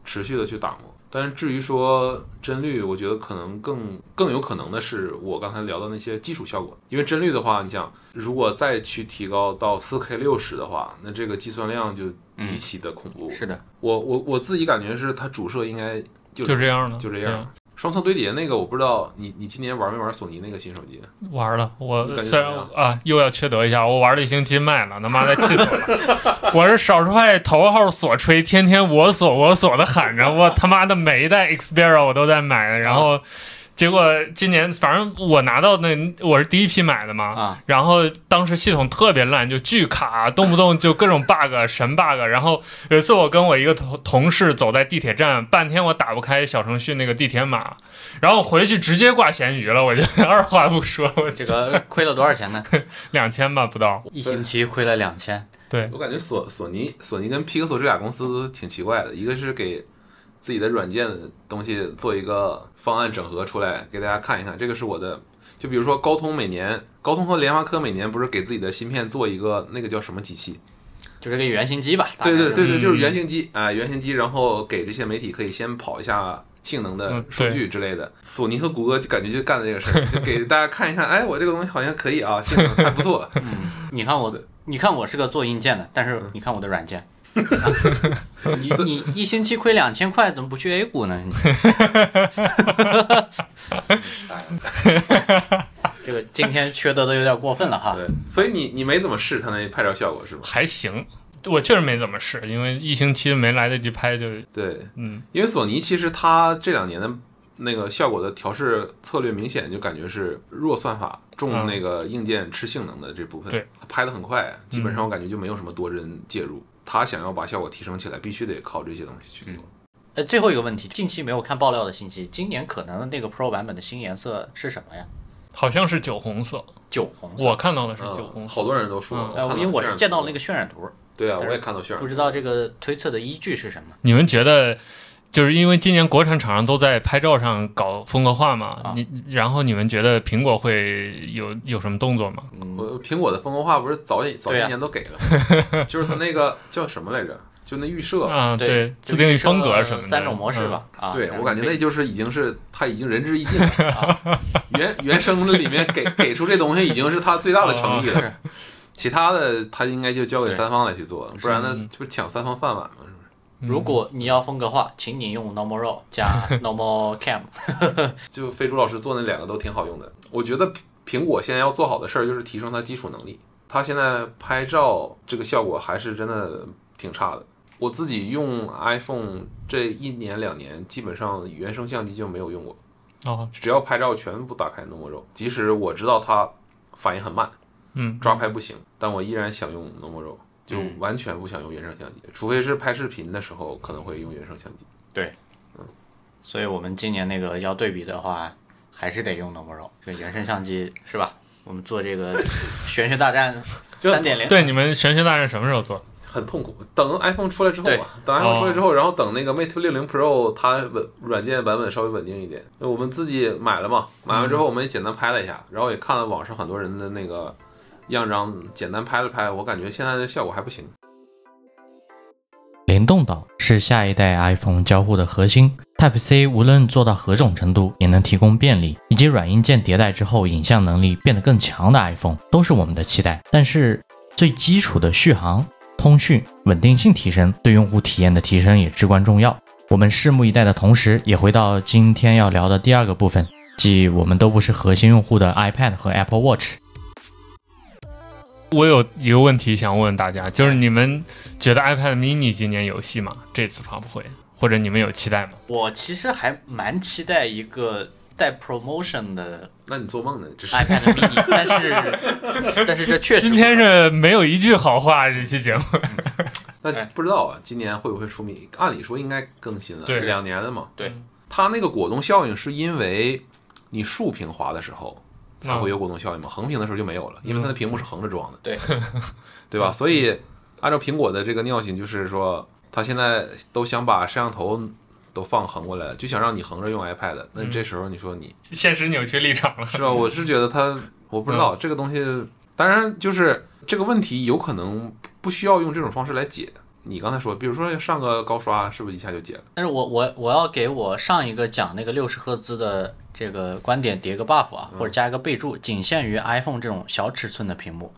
持续的去打磨。但是至于说帧率，我觉得可能更更有可能的是我刚才聊的那些基础效果，因为帧率的话，你想如果再去提高到 4K 六十的话，那这个计算量就嗯极其的恐怖。是的，我我我自己感觉是它主摄应该就就这样了，就这对样。双层堆叠那个我不知道你你今年玩没玩索尼那个新手机？玩了，你我感觉虽然怎么啊又要缺德一下，我玩了一星期卖了，他妈的气死我了！ 我是少数派头号所吹，天天我所我所的喊着，我他妈的每一代 Xperia 我都在买，然后结果今年反正我拿到那我是第一批买的嘛，啊，然后当时系统特别烂，就巨卡，动不动就各种 bug 神 bug。然后有一次我跟我一个同同事走在地铁站，半天我打不开小程序那个地铁码，然后我回去直接挂咸鱼了，我就二话不说，我这个亏了多少钱呢？两千吧不到，一星期亏了两千。对我感觉索索尼索尼跟 Pixel 这俩公司都挺奇怪的，一个是给自己的软件的东西做一个方案整合出来给大家看一看，这个是我的。就比如说高通每年，高通和联发科每年不是给自己的芯片做一个那个叫什么机器？就是个原型机吧，大概对对是对对，嗯就是原型机啊、原型机，然后给这些媒体可以先跑一下性能的嗯数据之类的。索尼和谷歌就感觉就干了这个事儿，就给大家看一看，哎，我这个东西好像可以啊，性能还不错。你看我，你看我是个做硬件的，但嗯是你看我的软件， 啊你你一星期亏两千块，怎么不去 A 股 呢？你哎这个今天缺德的有点过分了哈。对，所以你你没怎么试它那拍照效果是吗？ 还行。我确实没怎么试，因为一星期没来得及拍就，对，嗯，因为索尼其实它这两年的那个效果的调试策略，明显就感觉是弱算法重嗯那个硬件吃性能的这部分。对，嗯拍的很快，基本上我感觉就没有什么多人介入。他想要把效果提升起来，必须得靠这些东西去做。呃，最后一个问题，近期没有看爆料的信息，今年可能那个 Pro 版本的新颜色是什么呀？好像是酒红色，酒红色。我看到的是酒红嗯，色。好多人都说，嗯呃，因为我是见到那个，渲染图，对啊，但是我也看到渲染不，知道这个推测的依据是什么。你们觉得，就是因为今年国产厂商都在拍照上搞风格化嘛？啊你然后你们觉得苹果会有有什么动作吗？嗯，我苹果的风格化不是早一早对一啊年都给了， 就是它那个叫什么来着？就那预设，啊，对对，就自定义是说风格啊什么的，三种模式吧。啊，嗯对然我后感觉可以那就是已经是他已经仁至义 尽了。啊原原生的里面给给出这东西已经是他最大的诚意 是了，其他的他应该就交给哦对三方来去做了，不然呢嗯就抢三方饭碗嘛，是不是？嗯。如果你要风格化，请你用 Normal RAW 加 Normal Cam。就飞猪老师做那两个都挺好用的，我觉得苹苹果现在要做好的事儿就是提升它基础能力，它现在拍照这个效果还是真的挺差的。我自己用 iPhone 这一年两年，基本上原生相机就没有用过，哦，只要拍照全部打开 Normal RAW，即使我知道它反应很慢，嗯，抓拍不行，但我依然想用 Normal RAW，就嗯完全不想用原生相机，除非是拍视频的时候可能会用原生相机。所以我们今年那个要对比的话，还是得用 Normal RAW 这个原生相机是吧？我们做这个 玄学大战就三点零，对，你们神学大战什么时候做？很痛苦。等 iPhone 出来之后对哦吧，等 iPhone 出来之后，然后等那个 Mate 六零 Pro 它稳软件版本稍微稳定一点。因为我们自己买了嘛，买完之嗯后我们也简单拍了一下，然后也看了网上很多人的那个样张，简单拍了拍，我感觉现在的效果还不行。联动岛是下一代 iPhone 交互的核心。Type C 无论做到何种程度，也能提供便利，以及软硬件迭代之后影像能力变得更强的 iPhone，都是我们的期待。但是最基础的续航、通讯、稳定性提升，对用户体验的提升也至关重要。我们拭目以待的同时，也回到今天要聊的第二个部分，即我们都不是核心用户的 iPad 和 Apple Watch。我有一个问题想问大家，就是你们觉得 iPad mini 今年有戏吗？这次发布会，或者你们有期待吗？我其实还蛮期待一个带 promotion 的那你做梦呢？这是 iPad mini，但是但是这确实今不天可能是没有一句好话，这期节目。那哎不知道啊，今年会不会出米？按理说应该更新了，对是两年了嘛。对，它那个果冻效应是因为你竖屏滑的时候，它会有果冻效应嘛？横屏的时候就没有了，因为它的屏幕是横着装的，对 对吧？所以按照苹果的这个尿性，就是说它现在都想把摄像头都放横过来了，就想让你横着用 iPad。那嗯这时候你说你现实扭曲立场了。 是吧？我是觉得它，我不知道这个东西，当然就是这个问题有可能不需要用这种方式来解。你刚才说，比如说上个高刷，是不是一下就解了？但是我我我要给我上一个讲那个六十赫兹的这个观点叠个 buff 嗯啊，或者加一个备注，仅限于 iPhone 这种小尺寸的屏幕，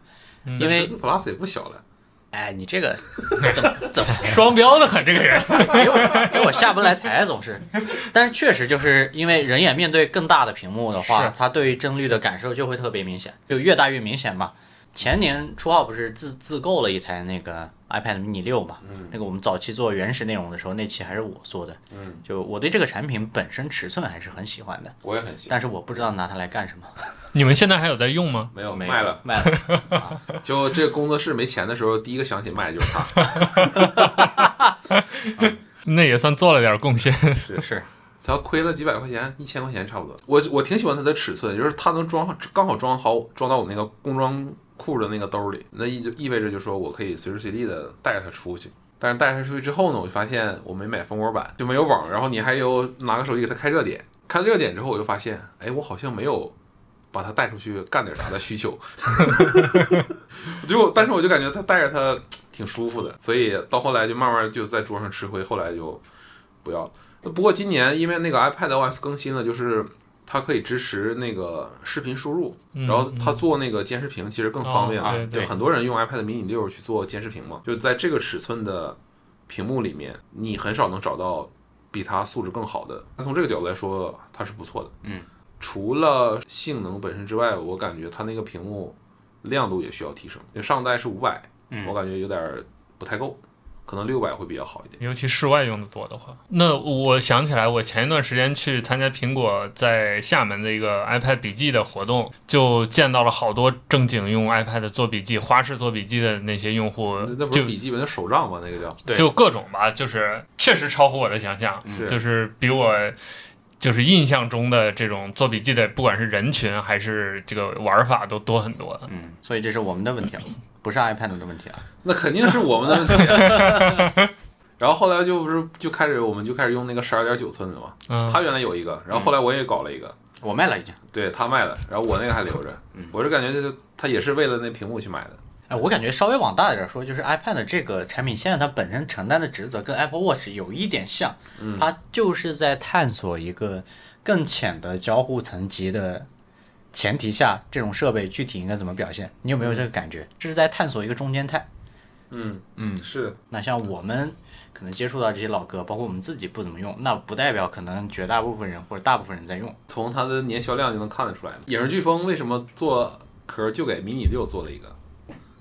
嗯因为14 Plus 也不小了，哎，你这个怎么怎么双标的很，这个人。给我给我下不来台啊总是，但是确实就是因为人眼面对更大的屏幕的话是，它对于帧率的感受就会特别明显，就越大越明显嘛。前年初号不是自自购了一台那个 iPad mini 六嘛，那个我们早期做原始内容的时候，那期还是我做的，嗯，就我对这个产品本身尺寸还是很喜欢的，我也很喜欢。但是我不知道拿它来干什么，你们现在还有在用吗？没有没哦卖了，卖 了，就这个工作室没钱的时候，第一个想起卖的就是它。那也算做了点贡献。是它亏了几百块钱，一千块钱差不多。我我挺喜欢它的尺寸，就是它能装刚好装好装到我那个工装裤的那个兜里，那意就意味着就说我可以随时随地的带着它出去。但是带着它出去之后呢，我就发现我没买蜂窝版，就没有网，然后你还有拿个手机给它开热点，开了热点之后，我就发现，哎，我好像没有把它带出去干点啥的需求。 我就但是我就感觉它带着它挺舒服的，所以到后来就慢慢就在桌上吃灰，后来就不要了。不过今年因为那个 iPad OS 更新了，就是它可以支持那个视频输入，嗯然后它做那个监视屏其实更方便哦啊。对对就很多人用 iPad mini 六去做监视屏嘛，就在这个尺寸的屏幕里面，你很少能找到比它素质更好的。那从这个角度来说，它是不错的。嗯，除了性能本身之外，我感觉它那个屏幕亮度也需要提升。因为上代是五百、嗯我感觉有点儿不太够，可能六百会比较好一点。尤其室外用的多的话，那我想起来，我前一段时间去参加苹果在厦门的一个 iPad 笔记的活动，就见到了好多正经用 iPad 做笔记、花式做笔记的那些用户那那，不是嗯就笔记本的手账吗？那个叫对就各种吧，就是确实超乎我的想象，嗯是就是比我就是印象中的这种做笔记的，不管是人群还是这个玩法都多很多。嗯，所以这是我们的问题啊，不是 iPad 的问题啊，那肯定是我们的问题。啊 然后后来就不是就开始我们就开始用那个十二点九寸的嘛，嗯，他原来有一个，然后后来我也搞了一个，我卖了已经。对他卖了，然后我那个还留着嗯，我是感觉就是他也是为了那屏幕去买的，哎，我感觉稍微往大一点说，就是 iPad 这个产品线它本身承担的职责跟 Apple Watch 有一点像，嗯它就是在探索一个更浅的交互层级的前提下，这种设备具体应该怎么表现？你有没有这个感觉？这是在探索一个中间态。嗯，嗯，是的，那像我们可能接触到这些老歌，包括我们自己不怎么用，那不代表可能绝大部分人或者大部分人在用。从它的年销量就能看得出来。影视飓风为什么做壳就给迷你六做了一个，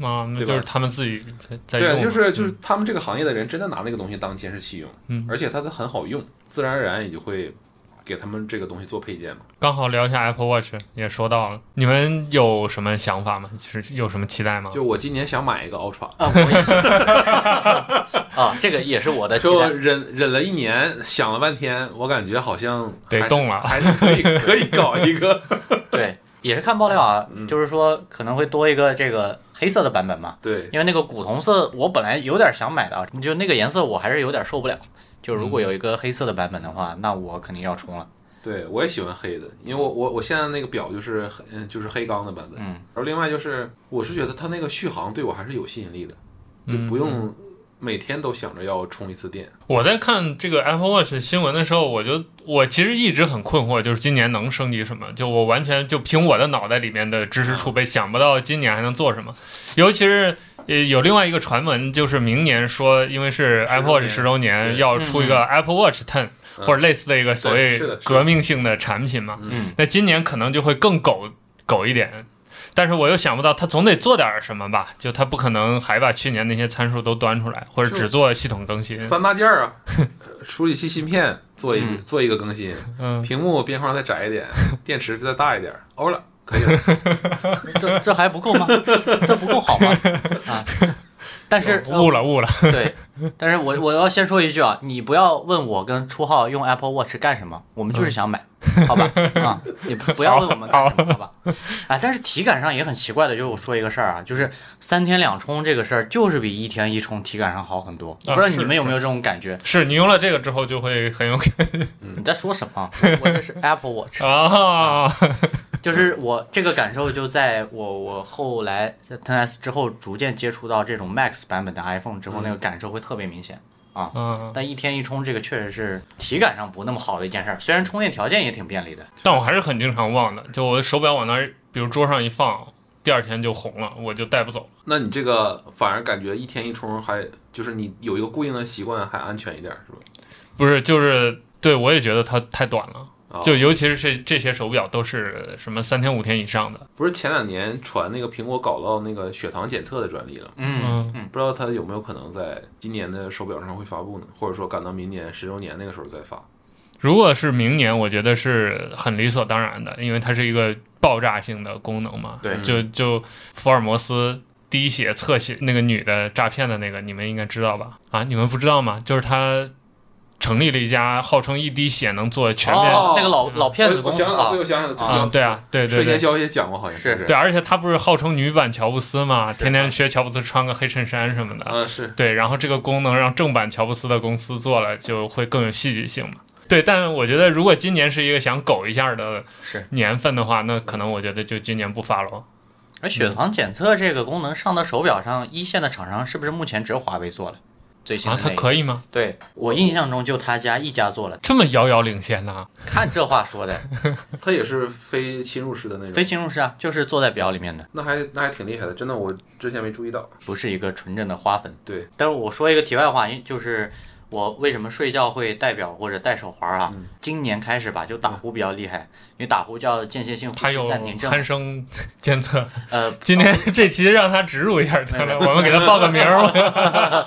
啊，那对吧就是他们自己在在用对，嘛，就是就是他们这个行业的人真的拿那个东西当监视器用，嗯而且它的很好用，自然而然也就会给他们这个东西做配件嘛。刚好聊一下 Apple Watch 也说到了，你们有什么想法吗？就是有什么期待吗？就我今年想买一个 Ultra，啊，我也是 啊，这个也是我的期就待。忍忍了一年，想了半天，我感觉好像得还是动了还是 可以可以搞一个。 对，也是看爆料啊，就是说可能会多一个这个黑色的版本嘛，对，因为那个古铜色我本来有点想买的啊，就那个颜色我还是有点受不了。就如果有一个黑色的版本的话，那我肯定要冲了。对我也喜欢黑的，因为我我我现在那个表就是黑嗯就是黑钢的版本，嗯，然后另外就是我是觉得它那个续航对我还是有吸引力的，就嗯不用每天都想着要充一次电。我在看这个 Apple Watch 的新闻的时候，我就我其实一直很困惑，就是今年能升级什么？就我完全就凭我的脑袋里面的知啊识储备，想不到今年还能做什么。尤其是呃，有另外一个传闻，就是明年说，因为是 Apple Watch 十周年，对要出一个 Apple Watch Ten 嗯或者类似的一个所谓对是的是的革命性的产品嘛。嗯那今年可能就会更狗狗一点。但是我又想不到，他总得做点什么吧？就他不可能还把去年那些参数都端出来，或者就只做系统更新。三大件儿 啊，呃处理器芯片做一个嗯做一个更 新，嗯，屏幕边框再窄一点，电池再大一点，欧了，可以了。这这还不够吗？这不够好吗？啊，但是呃悟了悟了， 对，但是我我要先说一句啊，你不要问我跟初浩用 Apple Watch 干什么，我们就是嗯想买，好吧？ 啊，你不不要问我们干什么，好吧？哎，但是体感上也很奇怪的，就是我说一个事儿啊，就是三天两充这个事儿，就是比一天一充体感上好很多。我不知道你啊是们有没是有这种感觉？是你用了这个之后就会很有感你在说什 么？我这是 Apple Watch，啊，就是我这个感受就在我我后来在 t e s 之后逐渐接触到这种 Max 版本的 iPhone 之后，那个感受会特别明显。嗯，但一天一充，这个确实是体感上不那么好的一件事儿。虽然充电条件也挺便利的，但我还是很经常忘的，就我的手表往那儿，比如桌上一放，第二天就红了，我就带不走。那你这个反而感觉一天一充还就是你有一个固定的习惯还安全一点是吧？不是，就是对我也觉得它太短了，啊，就尤其是这这些手表都是什么三天五天以上的，不是前两年传那个苹果搞到那个血糖检测的专利了吗，嗯嗯嗯，不知道它有没有可能在今年的手表上会发布呢？或者说赶到明年十周年那个时候再发？如果是明年，我觉得是很理所当然的，因为它是一个爆炸性的功能嘛。对就就福尔摩斯滴血侧写那个女的诈骗的那个，你们应该知道吧？啊，你们不知道吗？就是她成立了一家号称一滴血能做全面，哦，那个老嗯老骗子我公我司想啊想，对，，我想想，就啊是嗯，对啊，对对睡前对。消息也讲过，好像是是对，而且她不是号称女版乔布斯嘛，天天学乔布斯穿个黑衬衫什么的。啊是对，然后这个功能让正版乔布斯的公司做了，就会更有戏剧性嘛。对，但我觉得如果今年是一个想苟一下的是年份的话，那可能我觉得就今年不发了。而血糖哎检测这个功能上到手表上，一线的厂商是不是目前只有华为做了？最新啊的，它那个，可以吗？对我印象中就他家一家做了。这么遥遥领先呢、看这话说 的，它也是非侵入式的那种，非侵入式啊，就是坐在表里面的，那还那还挺厉害的，真的，我之前没注意到。不是一个纯正的花粉。对，但是我说一个题外话，因就是我为什么睡觉会戴表或者戴手环啊？嗯今年开始吧，就打呼比较厉害，因为打呼叫间歇性呼它吸有暂停症。鼾声监测。呃，今天这期让它植入一下得了，我们给它报个名儿吧。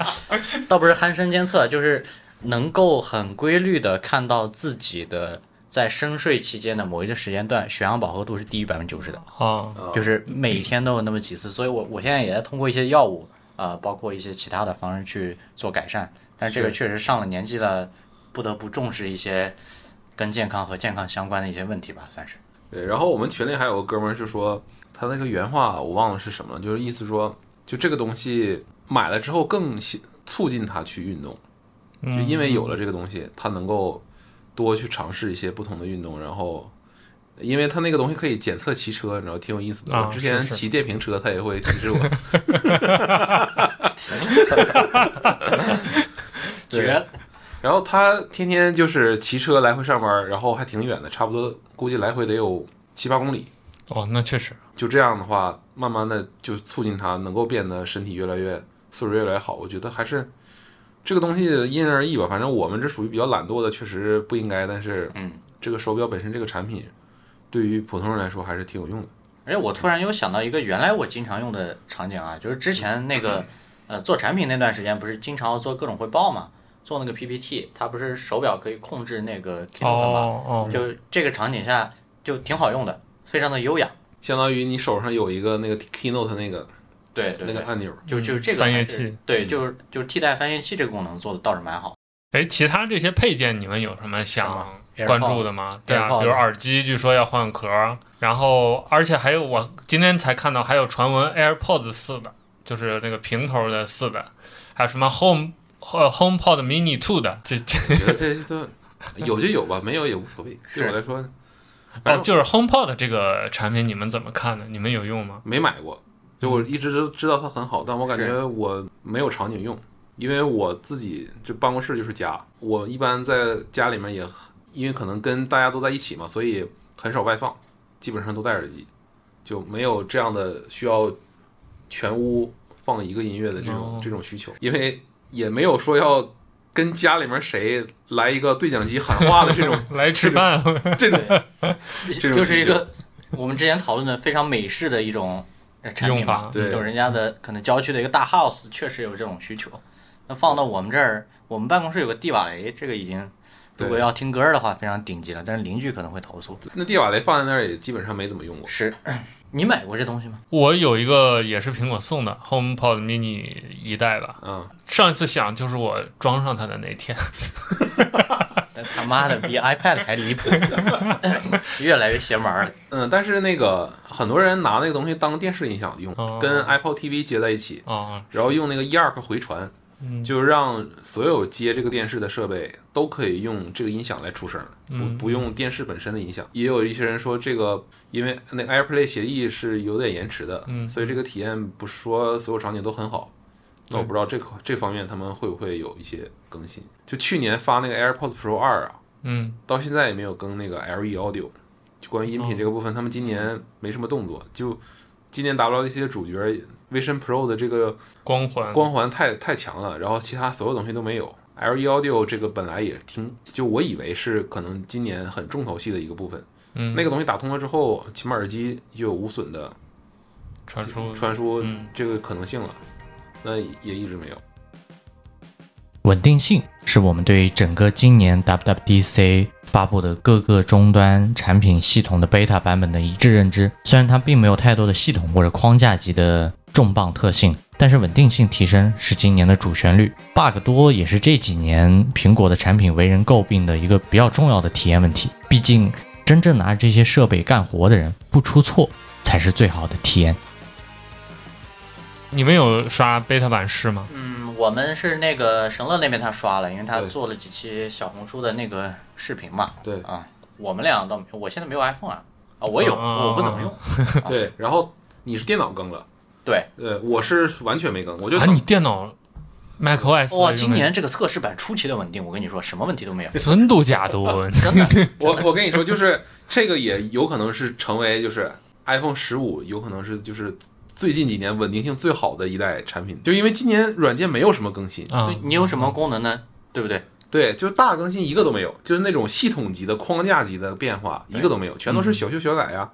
倒不是鼾声监测，就是能够很规律的看到自己的在深睡期间的某一个时间段血氧饱和度是低于百分之九十的，啊，啊就是每天都有那么几次。所以我我现在也在通过一些药物，呃，包括一些其他的方式去做改善。但这个是确实上了年纪了，不得不重视一些跟健康和健康相关的一些问题吧，算是。对，然后我们群里还有个哥们儿就说，他那个原话我忘了是什么了，就是意思说，就这个东西买了之后更喜促进他去运动，就嗯因为有了这个东西，他能够多去尝试一些不同的运动，然后。因为他那个东西可以检测骑车，你知道，挺有意思的。啊我之前是是骑电瓶车，他也会提示我。 对绝了，然后他天天就是骑车来回上班，然后还挺远的，差不多估计来回得有七八公里。哦，那确实，就这样的话，慢慢的就促进他能够变得身体越来越素质越来越好。我觉得还是这个东西因人而异吧。反正我们这属于比较懒惰的，确实不应该。但是嗯，这个手表本身这个产品，对于普通人来说还是挺有用的。而哎且我突然又想到一个原来我经常用的场景啊，就是之前那个呃做产品那段时间，不是经常要做各种汇报嘛，做那个 PPT，它不是手表可以控制那个 Keynote 嘛，哦哦，就这个场景下就挺好用的，非常的优雅。相当于你手上有一个那个 Keynote 那个对对那对个，按钮，就就这个翻还页是器，对，嗯就是就是替代翻页器这个功能做的倒是蛮好。哎，其他这些配件你们有什么想什么关注的吗？对啊， AirPods 比如耳机，据说要换壳，然后而且还有我今天才看到还有传闻 AirPods 四的，就是那个平头的四的，还有什么 Home 呃 HomePod Mini Two 的，这 这我觉得这些都有就有吧，没有也无所谓。对我来说，反哦，正就是 HomePod 这个产品你们怎么看呢？你们有用吗？没买过，就我一直都知道它很好，但我感觉我没有场景用，因为我自己就办公室就是家，我一般在家里面也很因为可能跟大家都在一起嘛，所以很少外放，基本上都戴耳机，就没有这样的需要全屋放一个音乐的这种、哦这种需求，因为也没有说要跟家里面谁来一个对讲机喊话的这种 来吃饭，这种这种就是一需求个我们之前讨论的非常美式的一种呃产品用法吧，对嗯就人家的可能郊区的一个大 house 确实有这种需求。那放到我们这儿，我们办公室有个地瓦雷，这个已经如果对要听歌的话非常顶级了，但是邻居可能会投诉。那地瓦雷放在那儿也基本上没怎么用过。是，你买过这东西吗？ 我有一个也是苹果送的 HomePod Mini 一代吧，嗯，上一次响就是我装上它的那天，那哎他妈的比 iPad 还离 谱，越来越邪门儿了。嗯，但是那个很多人拿那个东西当电视音响用，哦跟 Apple TV 接在一起，啊，然后用那个 eARC 回传，嗯就让所有接这个电视的设备都可以用这个音响来出声，不嗯不用电视本身的音响。也有一些人说这个，因为那 AirPlay 协议是有点延迟的，嗯所以这个体验不是说所有场景都很好。那我不知道这块这方面他们会不会有一些更新。就去年发那个 AirPods Pro 二啊，嗯，到现在也没有更那个 LE Audio，就关于哦音频这个部分，他们今年没什么动作。就今年 WDC 的主角 Vision Pro 的这个光环光环太太强了，然后其他所有东西都没有。LE Audio 这个本来也听，就我以为是可能今年很重头戏的一个部分。嗯那个东西打通了之后，起码耳机就有无损的传输传输嗯这个可能性了。那也一直没有。稳定性是我们对整个今年 WWDC 发布的各个终端产品系统的 beta 版本的一致认知。虽然它并没有太多的系统或者框架级的重磅特性，但是稳定性提升是今年的主旋律。bug 多也是这几年苹果的产品为人诟病的一个比较重要的体验问题。毕竟，真正拿这些设备干活的人，不出错才是最好的体验。你们有刷 beta 版试吗？嗯，我们是那个神乐那边他刷了，因为他对做了几期小红书的那个视频嘛。对啊，我们俩倒没，我现在没有 iPhone 啊，啊我有，哦哦哦我不怎么用。啊对，然后你是电脑更了，对，呃，我是完全没更，我就啊，等你电脑 macOS 哇，用的。今年这个测试版出奇的稳定，我跟你说，什么问题都没有真度 假多，真的，我我跟你说，就是这个也有可能是成为就是 iPhone 十五有可能是就是最近几年稳定性最好的一代产品，就因为今年软件没有什么更新，啊对，你有什么功能呢？对不对？对，就大更新一个都没有，就是那种系统级的框架级的变化一个都没有，全都是小修小改呀，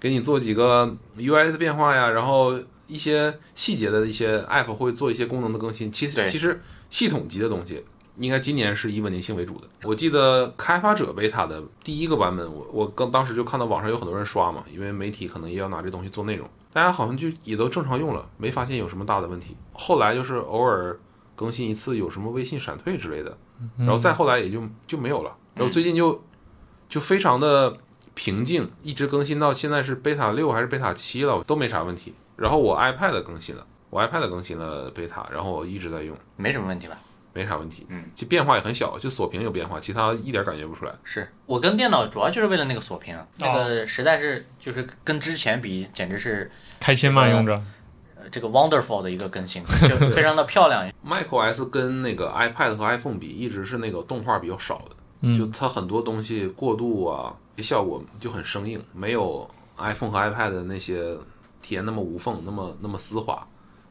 给你做几个 UI 的变化呀，然后一些细节的一些 App 会做一些功能的更新。其实对其实系统级的东西。应该今年是以稳定性为主的。我记得开发者 beta 的第一个版本，我我刚当时就看到网上有很多人刷嘛，因为媒体可能也要拿这东西做内容，大家好像就也都正常用了，没发现有什么大的问题。后来就是偶尔更新一次，有什么微信闪退之类的，嗯然后再后来也就就没有了。然后最近就就非常的平静，一直更新到现在是 beta 六还是 beta 七了，都没啥问题。然后我 iPad 更新了，我 iPad 更新了 beta，然后我一直在用，没什么问题吧？没啥问题。嗯，其实变化也很小，就锁屏有变化，其他一点感觉不出来。是我跟电脑主要就是为了那个锁屏，那哦个实在是就是跟之前比，简直是开心吗？用着呃这个 wonderful 的一个更新，就非常的漂亮。 macOS 跟那个 iPad 和 iPhone 比，一直是那个动画比较少的，嗯就它很多东西过渡啊，效果就很生硬，没有 iPhone 和 iPad 的那些体验那么无缝，那么那么丝滑。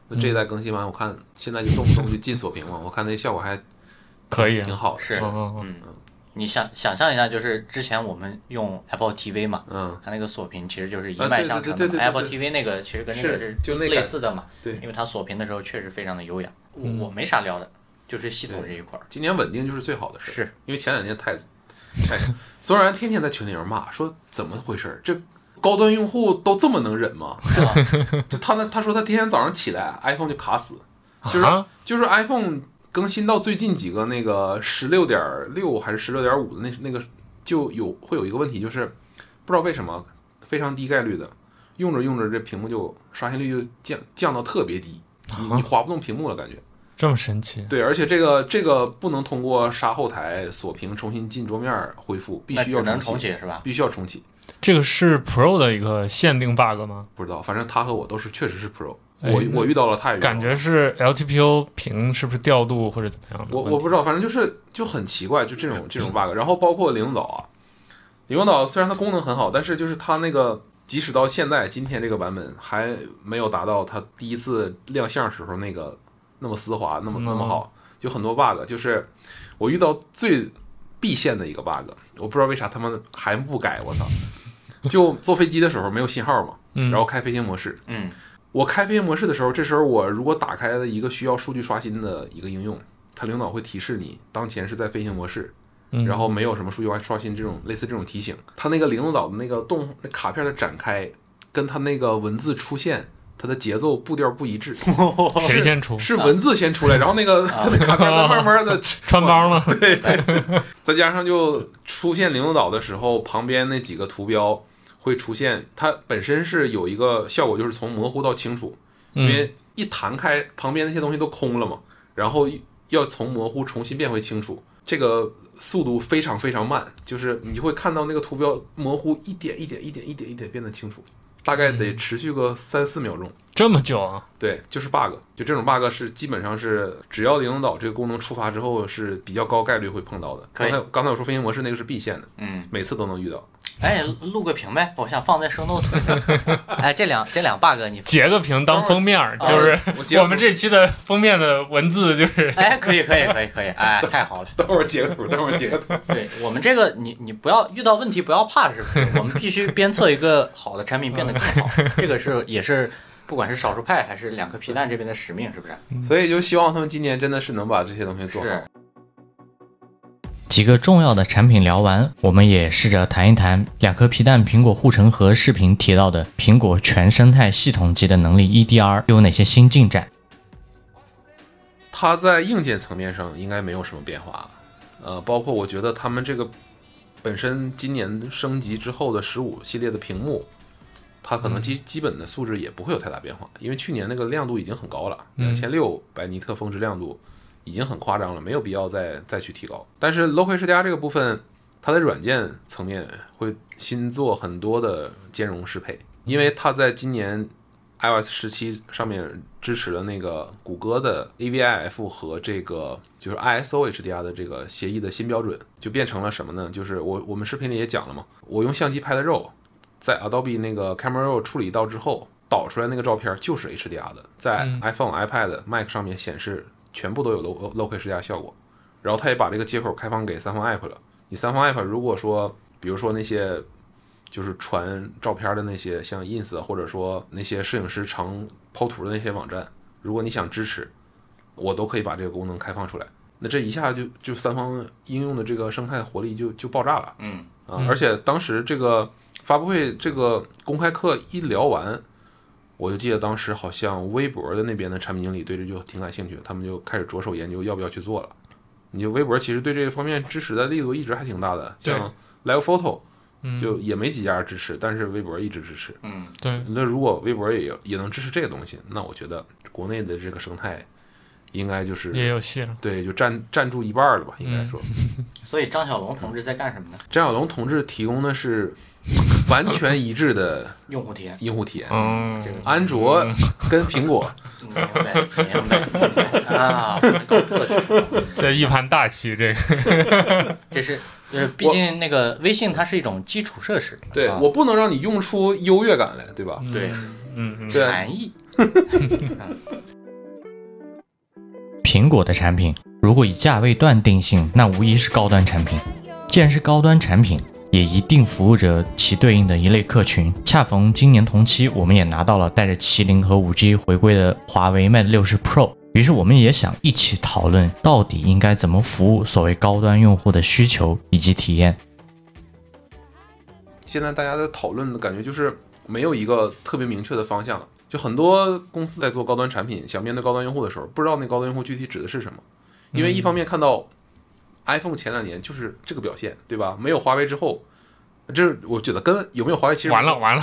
那嗯这一代更新完，我看现在就动不动就进锁屏嘛，我看那效果还可以啊，挺好的。是，哦哦哦嗯，你想想象一下，就是之前我们用 Apple TV 嘛，嗯，它那个锁屏其实就是一啊脉对相对承对的对嘛对，Apple 对 TV 那个其实跟那个是是就那个类似的嘛，对因为它锁屏的时候确实非常的优雅。我嗯我没啥聊的，就是系统对这一块儿。今年稳定就是最好的事，是因为前两年太，太，所有人天天在群里面骂说怎么回事儿，这高端用户都这么能忍吗？啊就他那他说他天天早上起来 iPhone 就卡死，就是啊，就是 iPhone 更新到最近几个那个十六点六还是十六点五的那那个就有会有一个问题，就是不知道为什么非常低概率的用着用着这屏幕就刷新率就降降到特别低，你 你划不动屏幕了感觉。这么神奇，对，而且这个这个不能通过杀后台锁屏重新进桌面恢复， 必啊那须只要能重重启，启是吧？必须要重启。这个是 Pro 的一个限定 bug 吗？不知道，反正他和我都是确实是 Pro，哎我那我遇到了太感觉是 LTPO 屏是不是调度或者怎么样的我问题？我不知道，反正就是就很奇怪，就这 种这种 bug。然后包括灵动岛啊，灵动岛虽然它功能很好，但是就是它那个即使到现在今天这个版本还没有达到它第一次亮相时候那个那么丝滑，那么嗯那么好，就很多 bug。就是我遇到最必线的一个 bug，我不知道为啥他们还不改，我操！就坐飞机的时候没有信号嘛，嗯然后开飞行模式，嗯，我开飞行模式的时候，这时候我如果打开了一个需要数据刷新的一个应用，它领导会提示你当前是在飞行模式，嗯然后没有什么数据刷新这种类似这种提醒。它那个领导的那个动那卡片的展开，跟它那个文字出现，它的节奏步调不一致，谁先出？是文字先出来，然后 那个它的卡片在慢慢的穿帮了？对对，再加上就出现灵动岛的时候，旁边那几个图标会出现，它本身是有一个效果，就是从模糊到清楚，因 嗯为一弹开旁边那些东西都空了嘛，然后要从模糊重新变回清楚，这个速度非常非常慢，就是你会看到那个图标模糊一点一点一点一点一点变得清楚，大概嗯得持续个三四秒钟。这么久啊？对，就是 bug，就这种 bug 是基本上是只要灵动岛这个功能触发之后是比较高概率会碰到的。可以刚才刚才我说飞行模式那个是必线的，嗯，每次都能遇到。哎，录个屏呗，我想放在 show notes 里。 哎，这两这两 bug 你，截个屏当封面儿，啊就是我截个我们这期的封面的文字就是哎，可以可以可以可以，哎，太 好了。等会儿截个图，等会儿截个图。对我们这个，你你不要遇到问题不要怕，是不是？我们必须鞭策一个好的产品变得更好，嗯这个是也是不管是少数派还是两颗皮蛋这边的使命，是不是？ 所以就希望他们今年真的是能把这些东西做好。是，几个重要的产品聊完，我们也试着谈一谈两颗皮蛋苹果护城河视频提到的苹果全生态系统级的能力 EDR 又有哪些新进展？它在硬件层面上应该没有什么变化，呃，包括我觉得他们这个本身今年升级之后的十五系列的屏幕，它可能基基本的素质也不会有太大变化，因为去年那个亮度已经很高了，嗯两千六百尼特峰值亮度已经很夸张了，没有必要再再去提高。但是 Local 世家这个部分，它的软件层面会新做很多的兼容适配，因为它在今年 iOS 十七上面支持了那个谷歌的 AVIF 和这个就是 ISO HDR 的这个协议的新标准，就变成了什么呢？就是我我们视频里也讲了嘛，我用相机拍的肉，在 Adobe 那个 Camera Raw 处理到之后，导出来那个照片就是 HDR 的，在嗯 iPhone、iPad、Mac 上面显示全部都有 Low Low K 十加效果。然后它也把这个接口开放给三方 App 了。你三方 App 如果说，比如说那些就是传照片的那些，像 Ins 啊或者说那些摄影师常抛图的那些网站，如果你想支持，我都可以把这个功能开放出来。那这一下就就三方应用的这个生态活力就就爆炸了。嗯，啊嗯，而且当时这个发布会这个公开课一聊完，我就记得当时好像微博的那边的产品经理对这就挺感兴趣，他们就开始着手研究要不要去做了。你就微博其实对这方面支持的力度一直还挺大的，对像 Live Photo 嗯就也没几家支持，但是微博一直支持。嗯，对，那如果微博也有也能支持这个东西，那我觉得国内的这个生态应该就是也有戏了。对就占占住一半儿了吧，应该嗯说。所以张小龙同志在干什么呢？张小龙同志提供的是完全一致的用户体验，用户体验，嗯这个安卓跟苹果，明白明白明白啊，我们搞特质这一盘大棋，这个这是呃，毕竟那个微信它是一种基础设施，对啊我不能让你用出优越感来，对吧？对，嗯嗯，对禅意，苹果的产品如果以价位段定性，那无疑是高端产品。既然是高端产品，也一定服务着其对应的一类客群。恰逢今年同期，我们也拿到了带着麒麟和 5G 回归的华为 Mate 60 Pro，于是我们也想一起讨论到底应该怎么服务所谓高端用户的需求以及体验。现在大家的讨论的感觉就是没有一个特别明确的方向了。就很多公司在做高端产品，想面对高端用户的时候，不知道那高端用户具体指的是什么。因为一嗯方面看到 iPhone 前两年就是这个表现，对吧？没有华为之后，这是我觉得跟有没有华为其实嗯完了完了，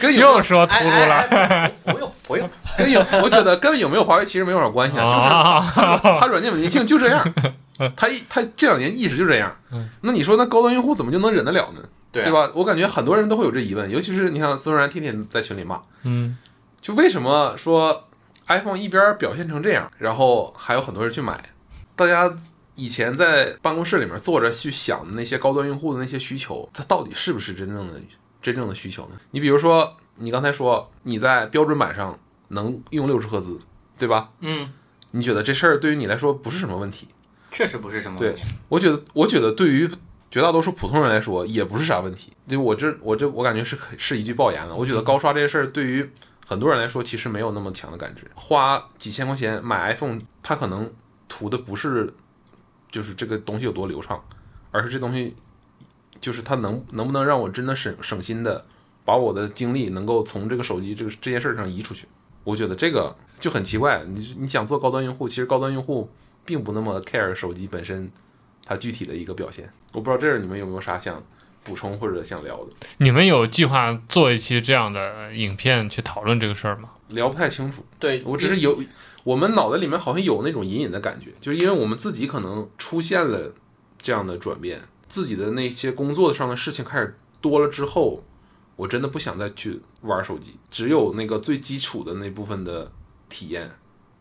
跟有没有又说秃哎噜了。哎哎不用不用，跟有，我觉得跟有没有华为其实没有啥关系啊，就是啊，它软件稳定性就这样，它一它这两年一直就这样嗯。那你说那高端用户怎么就能忍得了呢？对啊对吧？我感觉很多人都会有这疑问，尤其是你看孙然天天在群里骂，嗯，就为什么说 iPhone 一边表现成这样，然后还有很多人去买？大家以前在办公室里面坐着去想的那些高端用户的那些需求，它到底是不是真正的真正的需求呢？你比如说，你刚才说你在标准版上能用六十赫兹，对吧？嗯，你觉得这事儿对于你来说不是什么问题？确实不是什么对问题。我觉得，我觉得对于绝大多数普通人来说，也不是啥问题。就我这，我这，我感觉是可是一句爆言了。我觉得高刷这个事儿，对于很多人来说，其实没有那么强的感知。花几千块钱买 iPhone，它可能图的不是就是这个东西有多流畅，而是这东西就是它能能不能让我真的省省心的把我的精力能够从这个手机这个这件事儿上移出去。我觉得这个就很奇怪。你你想做高端用户，其实高端用户并不那么 care 手机本身它具体的一个表现。我不知道这儿你们有没有啥想补充或者想聊的，你们有计划做一期这样的影片去讨论这个事儿吗？聊不太清楚。对，我只是有，我们脑袋里面好像有那种隐隐的感觉，就是因为我们自己可能出现了这样的转变，自己的那些工作上的事情开始多了之后，我真的不想再去玩手机，只有那个最基础的那部分的体验，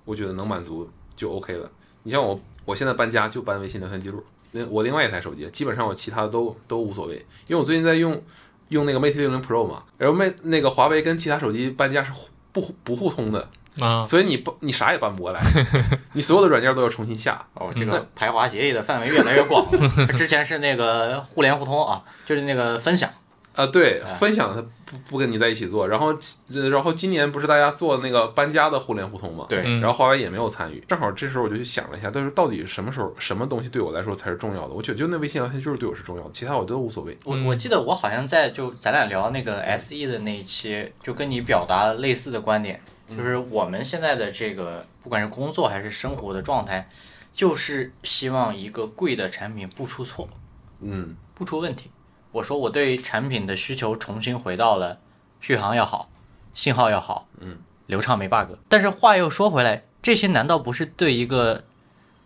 我觉得能满足就 OK 了。你像我，我现在搬家就搬微信聊天记录，那我另外一台手机，基本上我其他都都无所谓，因为我最近在用用那个 Mate 60 Pro 嘛，然后 Mate 那个华为跟其他手机搬家是互不互不互通的，啊，所以你不，你啥也搬不过来， 你所有的软件都要重新下。哦，这个排华协议的范围越来越广了。之前是那个互联互通啊， 就是那个分享，啊，对哎，分享它不不跟你在一起做，然后呃然后今年不是大家做那个搬家的互联互通嘛，对，嗯然后华为也没有参与，正好这时候我就去想了一下，但是到底什么时候什么东西对我来说才是重要的？我觉得就那微信聊天就是对我是重要的，其他我都无所谓。我我记得我好像在就咱俩聊那个 S E 的那一期，就跟你表达类似的观点，就是我们现在的这个不管是工作还是生活的状态，就是希望一个贵的产品不出错，嗯，不出问题。我说我对产品的需求重新回到了续航要好，信号要好，嗯，流畅没 bug。但是话又说回来，这些难道不是对一个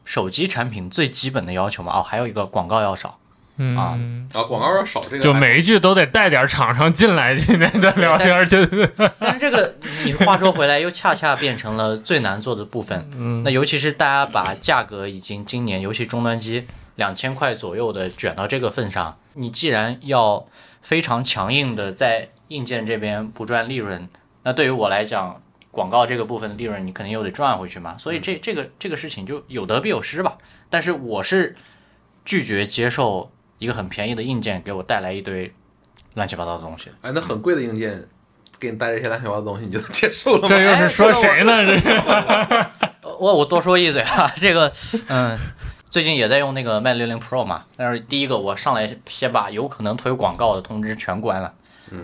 手机产品最基本的要求吗？哦，还有一个广告要少，啊嗯，啊，广告要少这个，就每一句都得带点厂商进来，今天的聊天就， 但是这个你话说回来，又恰恰变成了最难做的部分。嗯那，尤其是大家把价格已经今年，尤其终端机两千块左右的卷到这个份上，你既然要非常强硬的在硬件这边不赚利润，那对于我来讲，广告这个部分的利润你肯定又得赚回去嘛。所以这这个这个事情就有得必有失吧。但是我是拒绝接受一个很便宜的硬件给我带来一堆乱七八糟的东西的。哎，那很贵的硬件给你带这些乱七八糟的东西，你就能哎接受了吗？这又是说谁呢？这是呃我我多说一嘴啊，这个嗯，最近也在用那个 Mate 60 Pro 嘛，但是第一个我上来先把有可能推广告的通知全关了。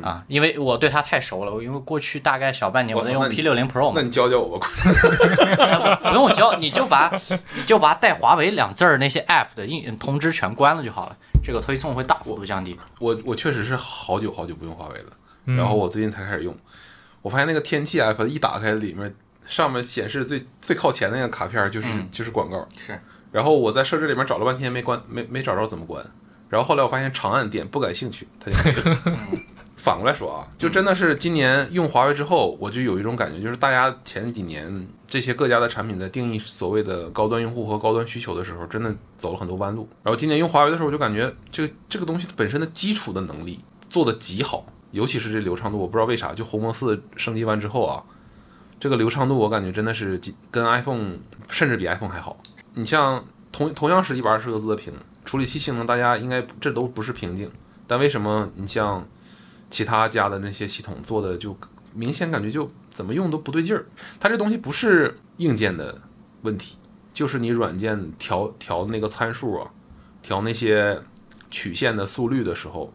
啊，因为我对它太熟了，我因为过去大概小半年我在用嗯我操 P 6 0 Pro 那嘛，你教教我吧，不用教，你就把你就把带华为两字儿那些 App 的应通知全关了就好了，这个推送会大幅度降低。我我确实是好久好久不用华为了。嗯然后我最近才开始用，我发现那个天气 app 一打开，里面上面显示最最靠前那个卡片儿就是、嗯就是广告，是，然后我在设置里面找了半天没关没没找着怎么关，然后后来我发现长按点不感兴趣，它就没了反过来说啊，就真的是今年用华为之后，我就有一种感觉，就是大家前几年这些各家的产品在定义所谓的高端用户和高端需求的时候，真的走了很多弯路。然后今年用华为的时候，我就感觉这个这个东西本身的基础的能力做得极好，尤其是这流畅度，我不知道为啥，就鸿蒙四升级完之后啊，这个流畅度我感觉真的是几跟 iPhone 甚至比 iPhone 还好。你像同同样是一百二十赫兹的屏，处理器性能，大家应该这都不是瓶颈。但为什么你像其他家的那些系统做的就明显感觉就怎么用都不对劲儿？它这东西不是硬件的问题，就是你软件调调那个参数啊，调那些曲线的速率的时候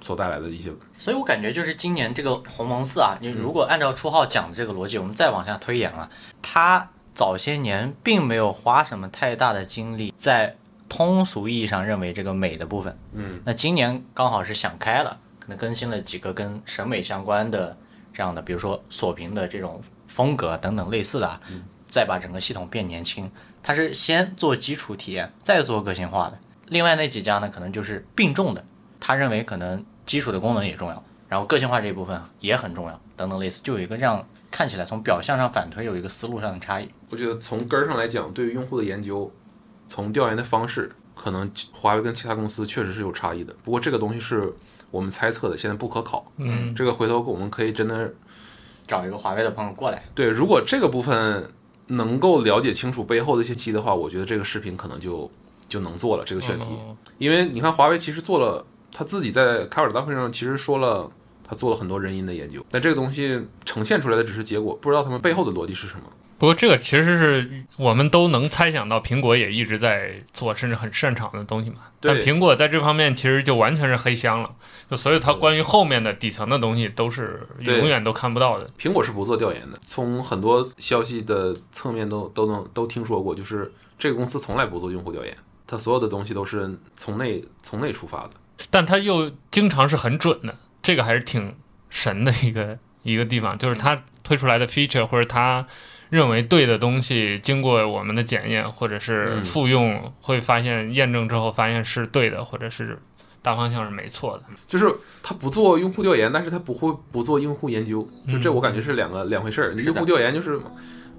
所带来的一些所以我感觉就是今年这个鸿蒙四啊，你如果按照初号讲的这个逻辑，我们再往下推演啊，它早些年并没有花什么太大的精力在通俗意义上认为这个美的部分。嗯，那今年刚好是想开了，可能更新了几个跟审美相关的这样的，比如说锁屏的这种风格等等类似的啊，再把整个系统变年轻。它是先做基础体验，再做个性化的。另外那几家呢，可能就是并重的，他认为可能基础的功能也重要，然后个性化这一部分也很重要，等等类似，就有一个这样看起来从表象上反推有一个思路上的差异。我觉得从根儿上来讲，对于用户的研究，从调研的方式，可能华为跟其他公司确实是有差异的。不过这个东西是我们猜测的，现在不可考。嗯，这个回头我们可以真的找一个华为的朋友过来，对，如果这个部分能够了解清楚背后的信息的话，我觉得这个视频可能就就能做了这个选题。哦因为你看，华为其实做了，他自己在开发者大会上其实说了，他做了很多人因的研究，但这个东西呈现出来的只是结果，不知道他们背后的逻辑是什么。不过这个其实是我们都能猜想到，苹果也一直在做，甚至很擅长的东西嘛。对但苹果在这方面其实就完全是黑箱了，就所有它关于后面的底层的东西都是对永远都看不到的。苹果是不做调研的，从很多消息的侧面都都能都听说过，就是这个公司从来不做用户调研，它所有的东西都是从内从内出发的。但它又经常是很准的，这个还是挺神的一个一个地方，就是它推出来的 feature 或者它认为对的东西，经过我们的检验或者是嗯复用，会发现验证之后发现是对的，或者是大方向是没错的。就是他不做用户调研，但是他不会不做用户研究，就这嗯我感觉是两个、两回事儿。是的用户调研就是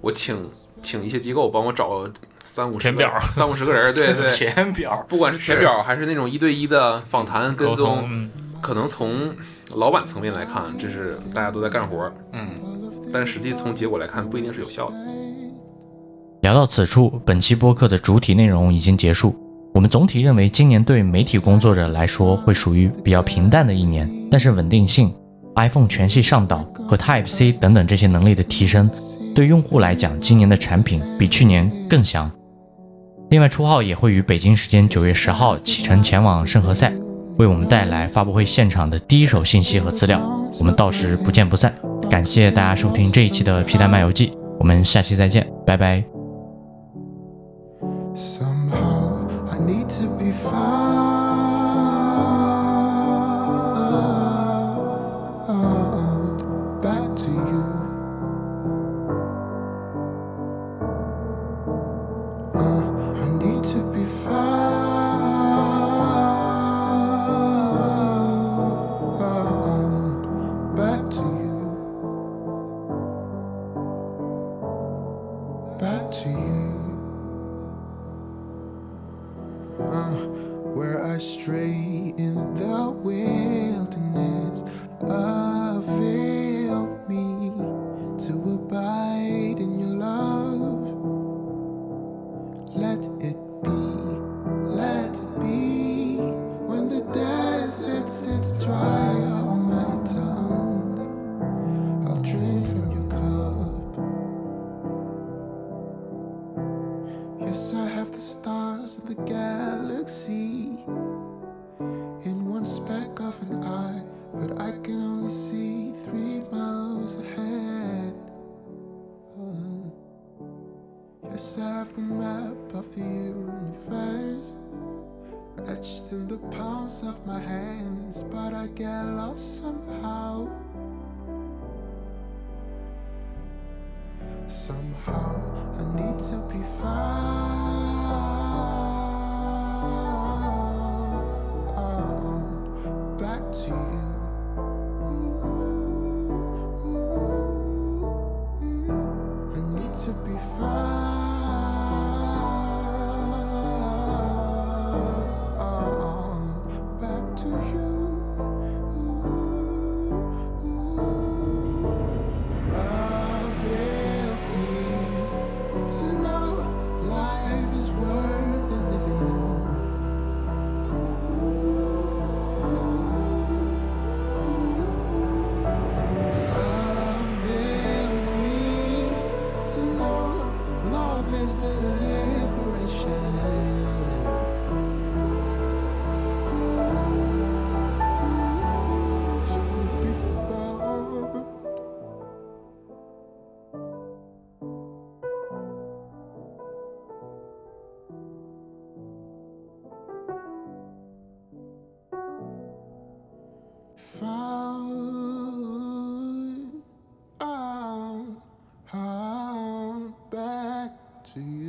我请请一些机构帮我找三五十填个表三五十个人儿， 对对，填表，不管是填表还是那种一对一的访谈跟沟通，踪，嗯，可能从老板层面来看，这是大家都在干活儿，嗯，但实际从结果来看不一定是有效的。聊到此处，本期播客的主体内容已经结束。我们总体认为，今年对媒体工作者来说会属于比较平淡的一年，但是稳定性、iPhone 全系上岛和 Type C 等等这些能力的提升，对用户来讲，今年的产品比去年更强。另外，初号也会于北京时间九月十号启程前往圣何塞，为我们带来发布会现场的第一手信息和资料。我们到时不见不散。感谢大家收听这一期的《皮蛋漫游记》，我们下期再见，拜拜。 Somehow I need to be found back to you. Uh, I need to be found back to you. Back to you. uh, where I stray in the wilderness. I feel me to abide in your love. Let it be, let it be. When the desert sits dry on my tongue, I'll drink from your cup. Yes, I have the stars of the galaxy in one speck of an eye, but I can only see three miles ahead. Uh, Yes, I have the map of the universe etched in the palms of my hands, but I get lost somehow. Somehow I need to be found back to you. I need to be found back to you. Love me to know life found out how I'm back to you.